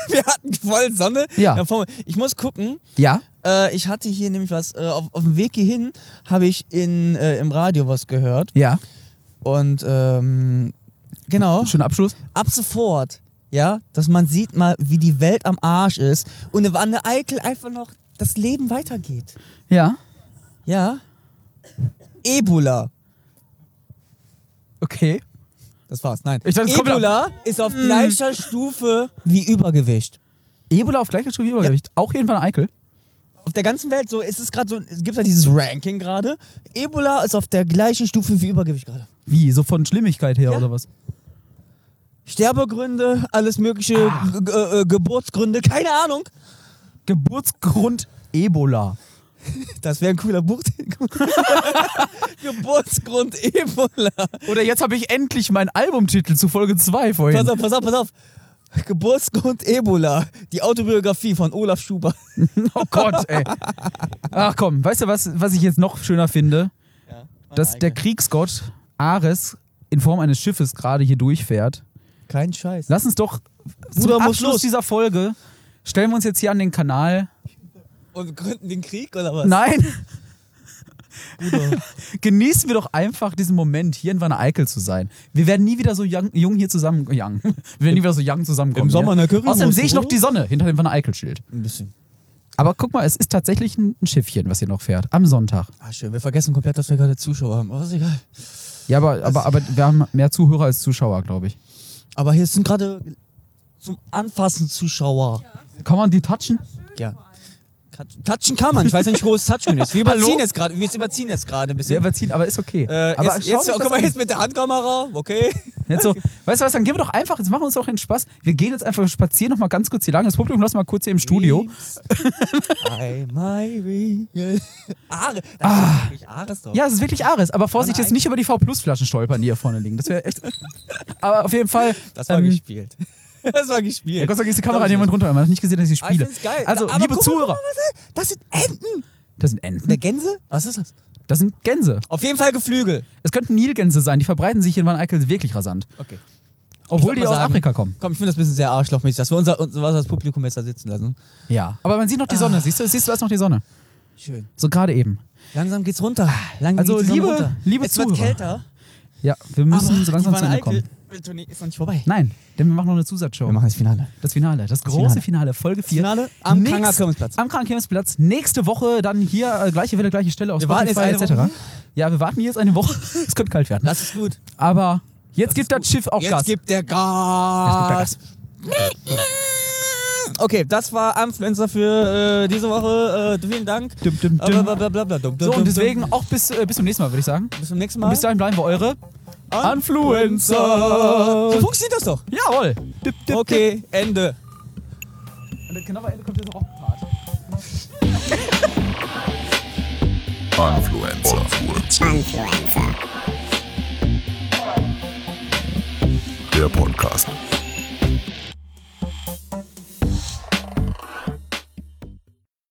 Speaker 3: Wir hatten voll Sonne.
Speaker 4: Ja.
Speaker 3: voll. Ich muss gucken.
Speaker 4: Ja?
Speaker 3: Äh, ich hatte hier nämlich was, äh, auf, auf dem Weg hierhin habe ich in, äh, im Radio was gehört.
Speaker 4: Ja.
Speaker 3: Und ähm, genau,
Speaker 4: Schöner Abschluss.
Speaker 3: ab sofort, ja, dass man sieht mal, wie die Welt am Arsch ist und in Wanne Eickel einfach noch das Leben weitergeht.
Speaker 4: Ja.
Speaker 3: Ja. Ebola.
Speaker 4: Okay.
Speaker 3: Das war's, nein.
Speaker 4: Ich dachte, es kommt Hm.
Speaker 3: Ebola ist auf gleicher Stufe wie Übergewicht.
Speaker 4: Ebola auf gleicher Stufe wie Übergewicht. Auch hier in Van Eickel.
Speaker 3: Auf der ganzen Welt so ist es gerade so, es gibt ja dieses Ranking gerade. Ebola ist auf der gleichen Stufe wie Übergewicht gerade.
Speaker 4: Wie? So von Schlimmigkeit her oder was?
Speaker 3: Sterbegründe, alles mögliche,
Speaker 4: Ah.
Speaker 3: G- G- äh, Geburtsgründe, keine Ahnung.
Speaker 4: Geburtsgrund Ebola.
Speaker 3: Das wäre ein cooler Buchtitel. Geburtsgrund Ebola.
Speaker 4: Oder jetzt habe ich endlich meinen Albumtitel zu Folge 2 vorhin.
Speaker 3: Pass auf, pass auf, pass auf. Geburtsgrund Ebola. Die Autobiografie von Olaf Schubert.
Speaker 4: Oh Gott, ey. Ach komm, weißt du was, was ich jetzt noch schöner finde?
Speaker 3: Oh
Speaker 4: Dass der Kriegsgott Ares in Form eines Schiffes gerade hier durchfährt.
Speaker 3: Kein Scheiß.
Speaker 4: Lass uns doch zum
Speaker 3: Bruder, muss
Speaker 4: Abschluss
Speaker 3: los.
Speaker 4: dieser Folge stellen wir uns jetzt hier an den Kanal.
Speaker 3: Und gründen den Krieg oder was?
Speaker 4: Nein.
Speaker 3: Bruder.
Speaker 4: Genießen wir doch einfach diesen Moment, hier in Wanne Eickel zu sein. Wir werden nie wieder so young, jung hier zusammen. Young. Wir werden nie wieder so young zusammenkommen.
Speaker 3: Im Sommer in der
Speaker 4: hier.
Speaker 3: Currywurst,
Speaker 4: Außerdem sehe ich noch
Speaker 3: oder?
Speaker 4: die Sonne hinter dem Wanne Eickel-Schild.
Speaker 3: Ein bisschen.
Speaker 4: Aber guck mal, es ist tatsächlich ein ein Schiffchen, was hier noch fährt. Am Sonntag.
Speaker 3: Ah, schön. Wir vergessen komplett, dass wir gerade Zuschauer haben. Aber ist egal.
Speaker 4: Ja, aber, aber, aber wir haben mehr Zuhörer als Zuschauer, glaube ich.
Speaker 3: Aber hier sind gerade zum Anfassen Zuschauer.
Speaker 4: Kann man die touchen?
Speaker 3: Ja. Cut- Touchen kann man. Ich weiß ja nicht, wo es Touchen ist. Wir überziehen
Speaker 4: Hallo?
Speaker 3: jetzt gerade. Wir überziehen jetzt gerade ein
Speaker 4: Wir
Speaker 3: bisschen.
Speaker 4: überziehen, aber ist okay.
Speaker 3: Äh,
Speaker 4: aber
Speaker 3: jetzt,
Speaker 4: schau
Speaker 3: jetzt,
Speaker 4: dir das
Speaker 3: guck mal,
Speaker 4: an.
Speaker 3: jetzt mit der Handkamera. Okay.
Speaker 4: Jetzt so, weißt du was, dann gehen wir doch einfach, jetzt machen wir uns doch einen Spaß. Wir gehen jetzt einfach spazieren noch mal ganz kurz hier lang. Das Publikum lassen wir mal kurz hier im Studio.
Speaker 3: I, my real. Are. Ah. Ares drauf.
Speaker 4: Ja, es ist wirklich Ares, aber Vorsicht, jetzt nicht über die V-Plus-Flaschen stolpern, die hier vorne liegen. Das wäre echt. aber auf jeden Fall.
Speaker 3: Das war
Speaker 4: ähm,
Speaker 3: gespielt. Das war
Speaker 4: Ja,
Speaker 3: gespielt.
Speaker 4: Gott sei Dank ist die Kamera
Speaker 3: Glaub
Speaker 4: an
Speaker 3: ich
Speaker 4: jemand
Speaker 3: nicht.
Speaker 4: runter. Man hat nicht gesehen, dass ich
Speaker 3: Ah,
Speaker 4: spiele.
Speaker 3: Ich find's geil.
Speaker 4: Also,
Speaker 3: Aber
Speaker 4: liebe
Speaker 3: guck mal, guck
Speaker 4: Zuhörer,
Speaker 3: mal, Das sind Enten.
Speaker 4: das sind
Speaker 3: Eine
Speaker 4: Enten.
Speaker 3: Gänse? Was ist das?
Speaker 4: Das sind Gänse.
Speaker 3: Auf jeden Fall Geflügel.
Speaker 4: Es könnten Nilgänse sein, die verbreiten sich in Van Eickel wirklich rasant.
Speaker 3: Okay. Ich
Speaker 4: Obwohl die
Speaker 3: würd
Speaker 4: aus
Speaker 3: mal sagen,
Speaker 4: Afrika kommen.
Speaker 3: Komm, ich finde das ein bisschen sehr arschlochmäßig, dass wir unser, unser was das Publikum jetzt da sitzen lassen.
Speaker 4: Ja. Aber man sieht noch die Sonne. Siehst du, siehst du, da ist noch die Sonne.
Speaker 3: Schön.
Speaker 4: So gerade eben.
Speaker 3: Langsam geht's runter. Langsam
Speaker 4: Also,
Speaker 3: geht's die Sonne
Speaker 4: liebe-
Speaker 3: runter.
Speaker 4: liebe
Speaker 3: es wird
Speaker 4: Zuhörer,
Speaker 3: kälter.
Speaker 4: Ja, wir müssen
Speaker 3: aber
Speaker 4: so langsam
Speaker 3: die
Speaker 4: zu
Speaker 3: Van
Speaker 4: Ende kommen.
Speaker 3: Eickel-Tournee ist noch nicht vorbei.
Speaker 4: Nein, denn wir machen noch eine Zusatzshow.
Speaker 3: Wir machen das Finale.
Speaker 4: Das Finale, das große Finale, Folge 4.
Speaker 3: Finale am
Speaker 4: Nächst-
Speaker 3: Kranger Kirmesplatz.
Speaker 4: Am Kranger Kirmesplatz. Nächste Woche dann hier, äh, gleiche Welle, gleiche Stelle auf
Speaker 3: Wir warten
Speaker 4: Spotify,
Speaker 3: jetzt eine
Speaker 4: etc. Ja, wir warten hier jetzt eine Woche. es könnte kalt werden.
Speaker 3: Das ist gut.
Speaker 4: Aber jetzt gibt das Schiff auch
Speaker 3: Jetzt
Speaker 4: Gas.
Speaker 3: gibt der Gas. Okay, das war Amfluencer für äh, diese Woche. Äh, vielen Dank.
Speaker 4: Dum, dum, dum.
Speaker 3: Blablabla. Dum, dum,
Speaker 4: So,
Speaker 3: dum,
Speaker 4: und deswegen auch bis, äh, bis zum nächsten Mal, würde ich sagen.
Speaker 3: Bis zum nächsten
Speaker 4: Und
Speaker 3: Mal.
Speaker 4: bis dahin bleiben wir eure
Speaker 3: So
Speaker 4: Influencer.
Speaker 3: funktioniert das doch.
Speaker 4: Jawohl.
Speaker 3: Okay, Ende.
Speaker 4: Und genau am Ende kommt jetzt auch ein Part.
Speaker 1: Influencer.
Speaker 2: Influencer.
Speaker 1: Der Podcast.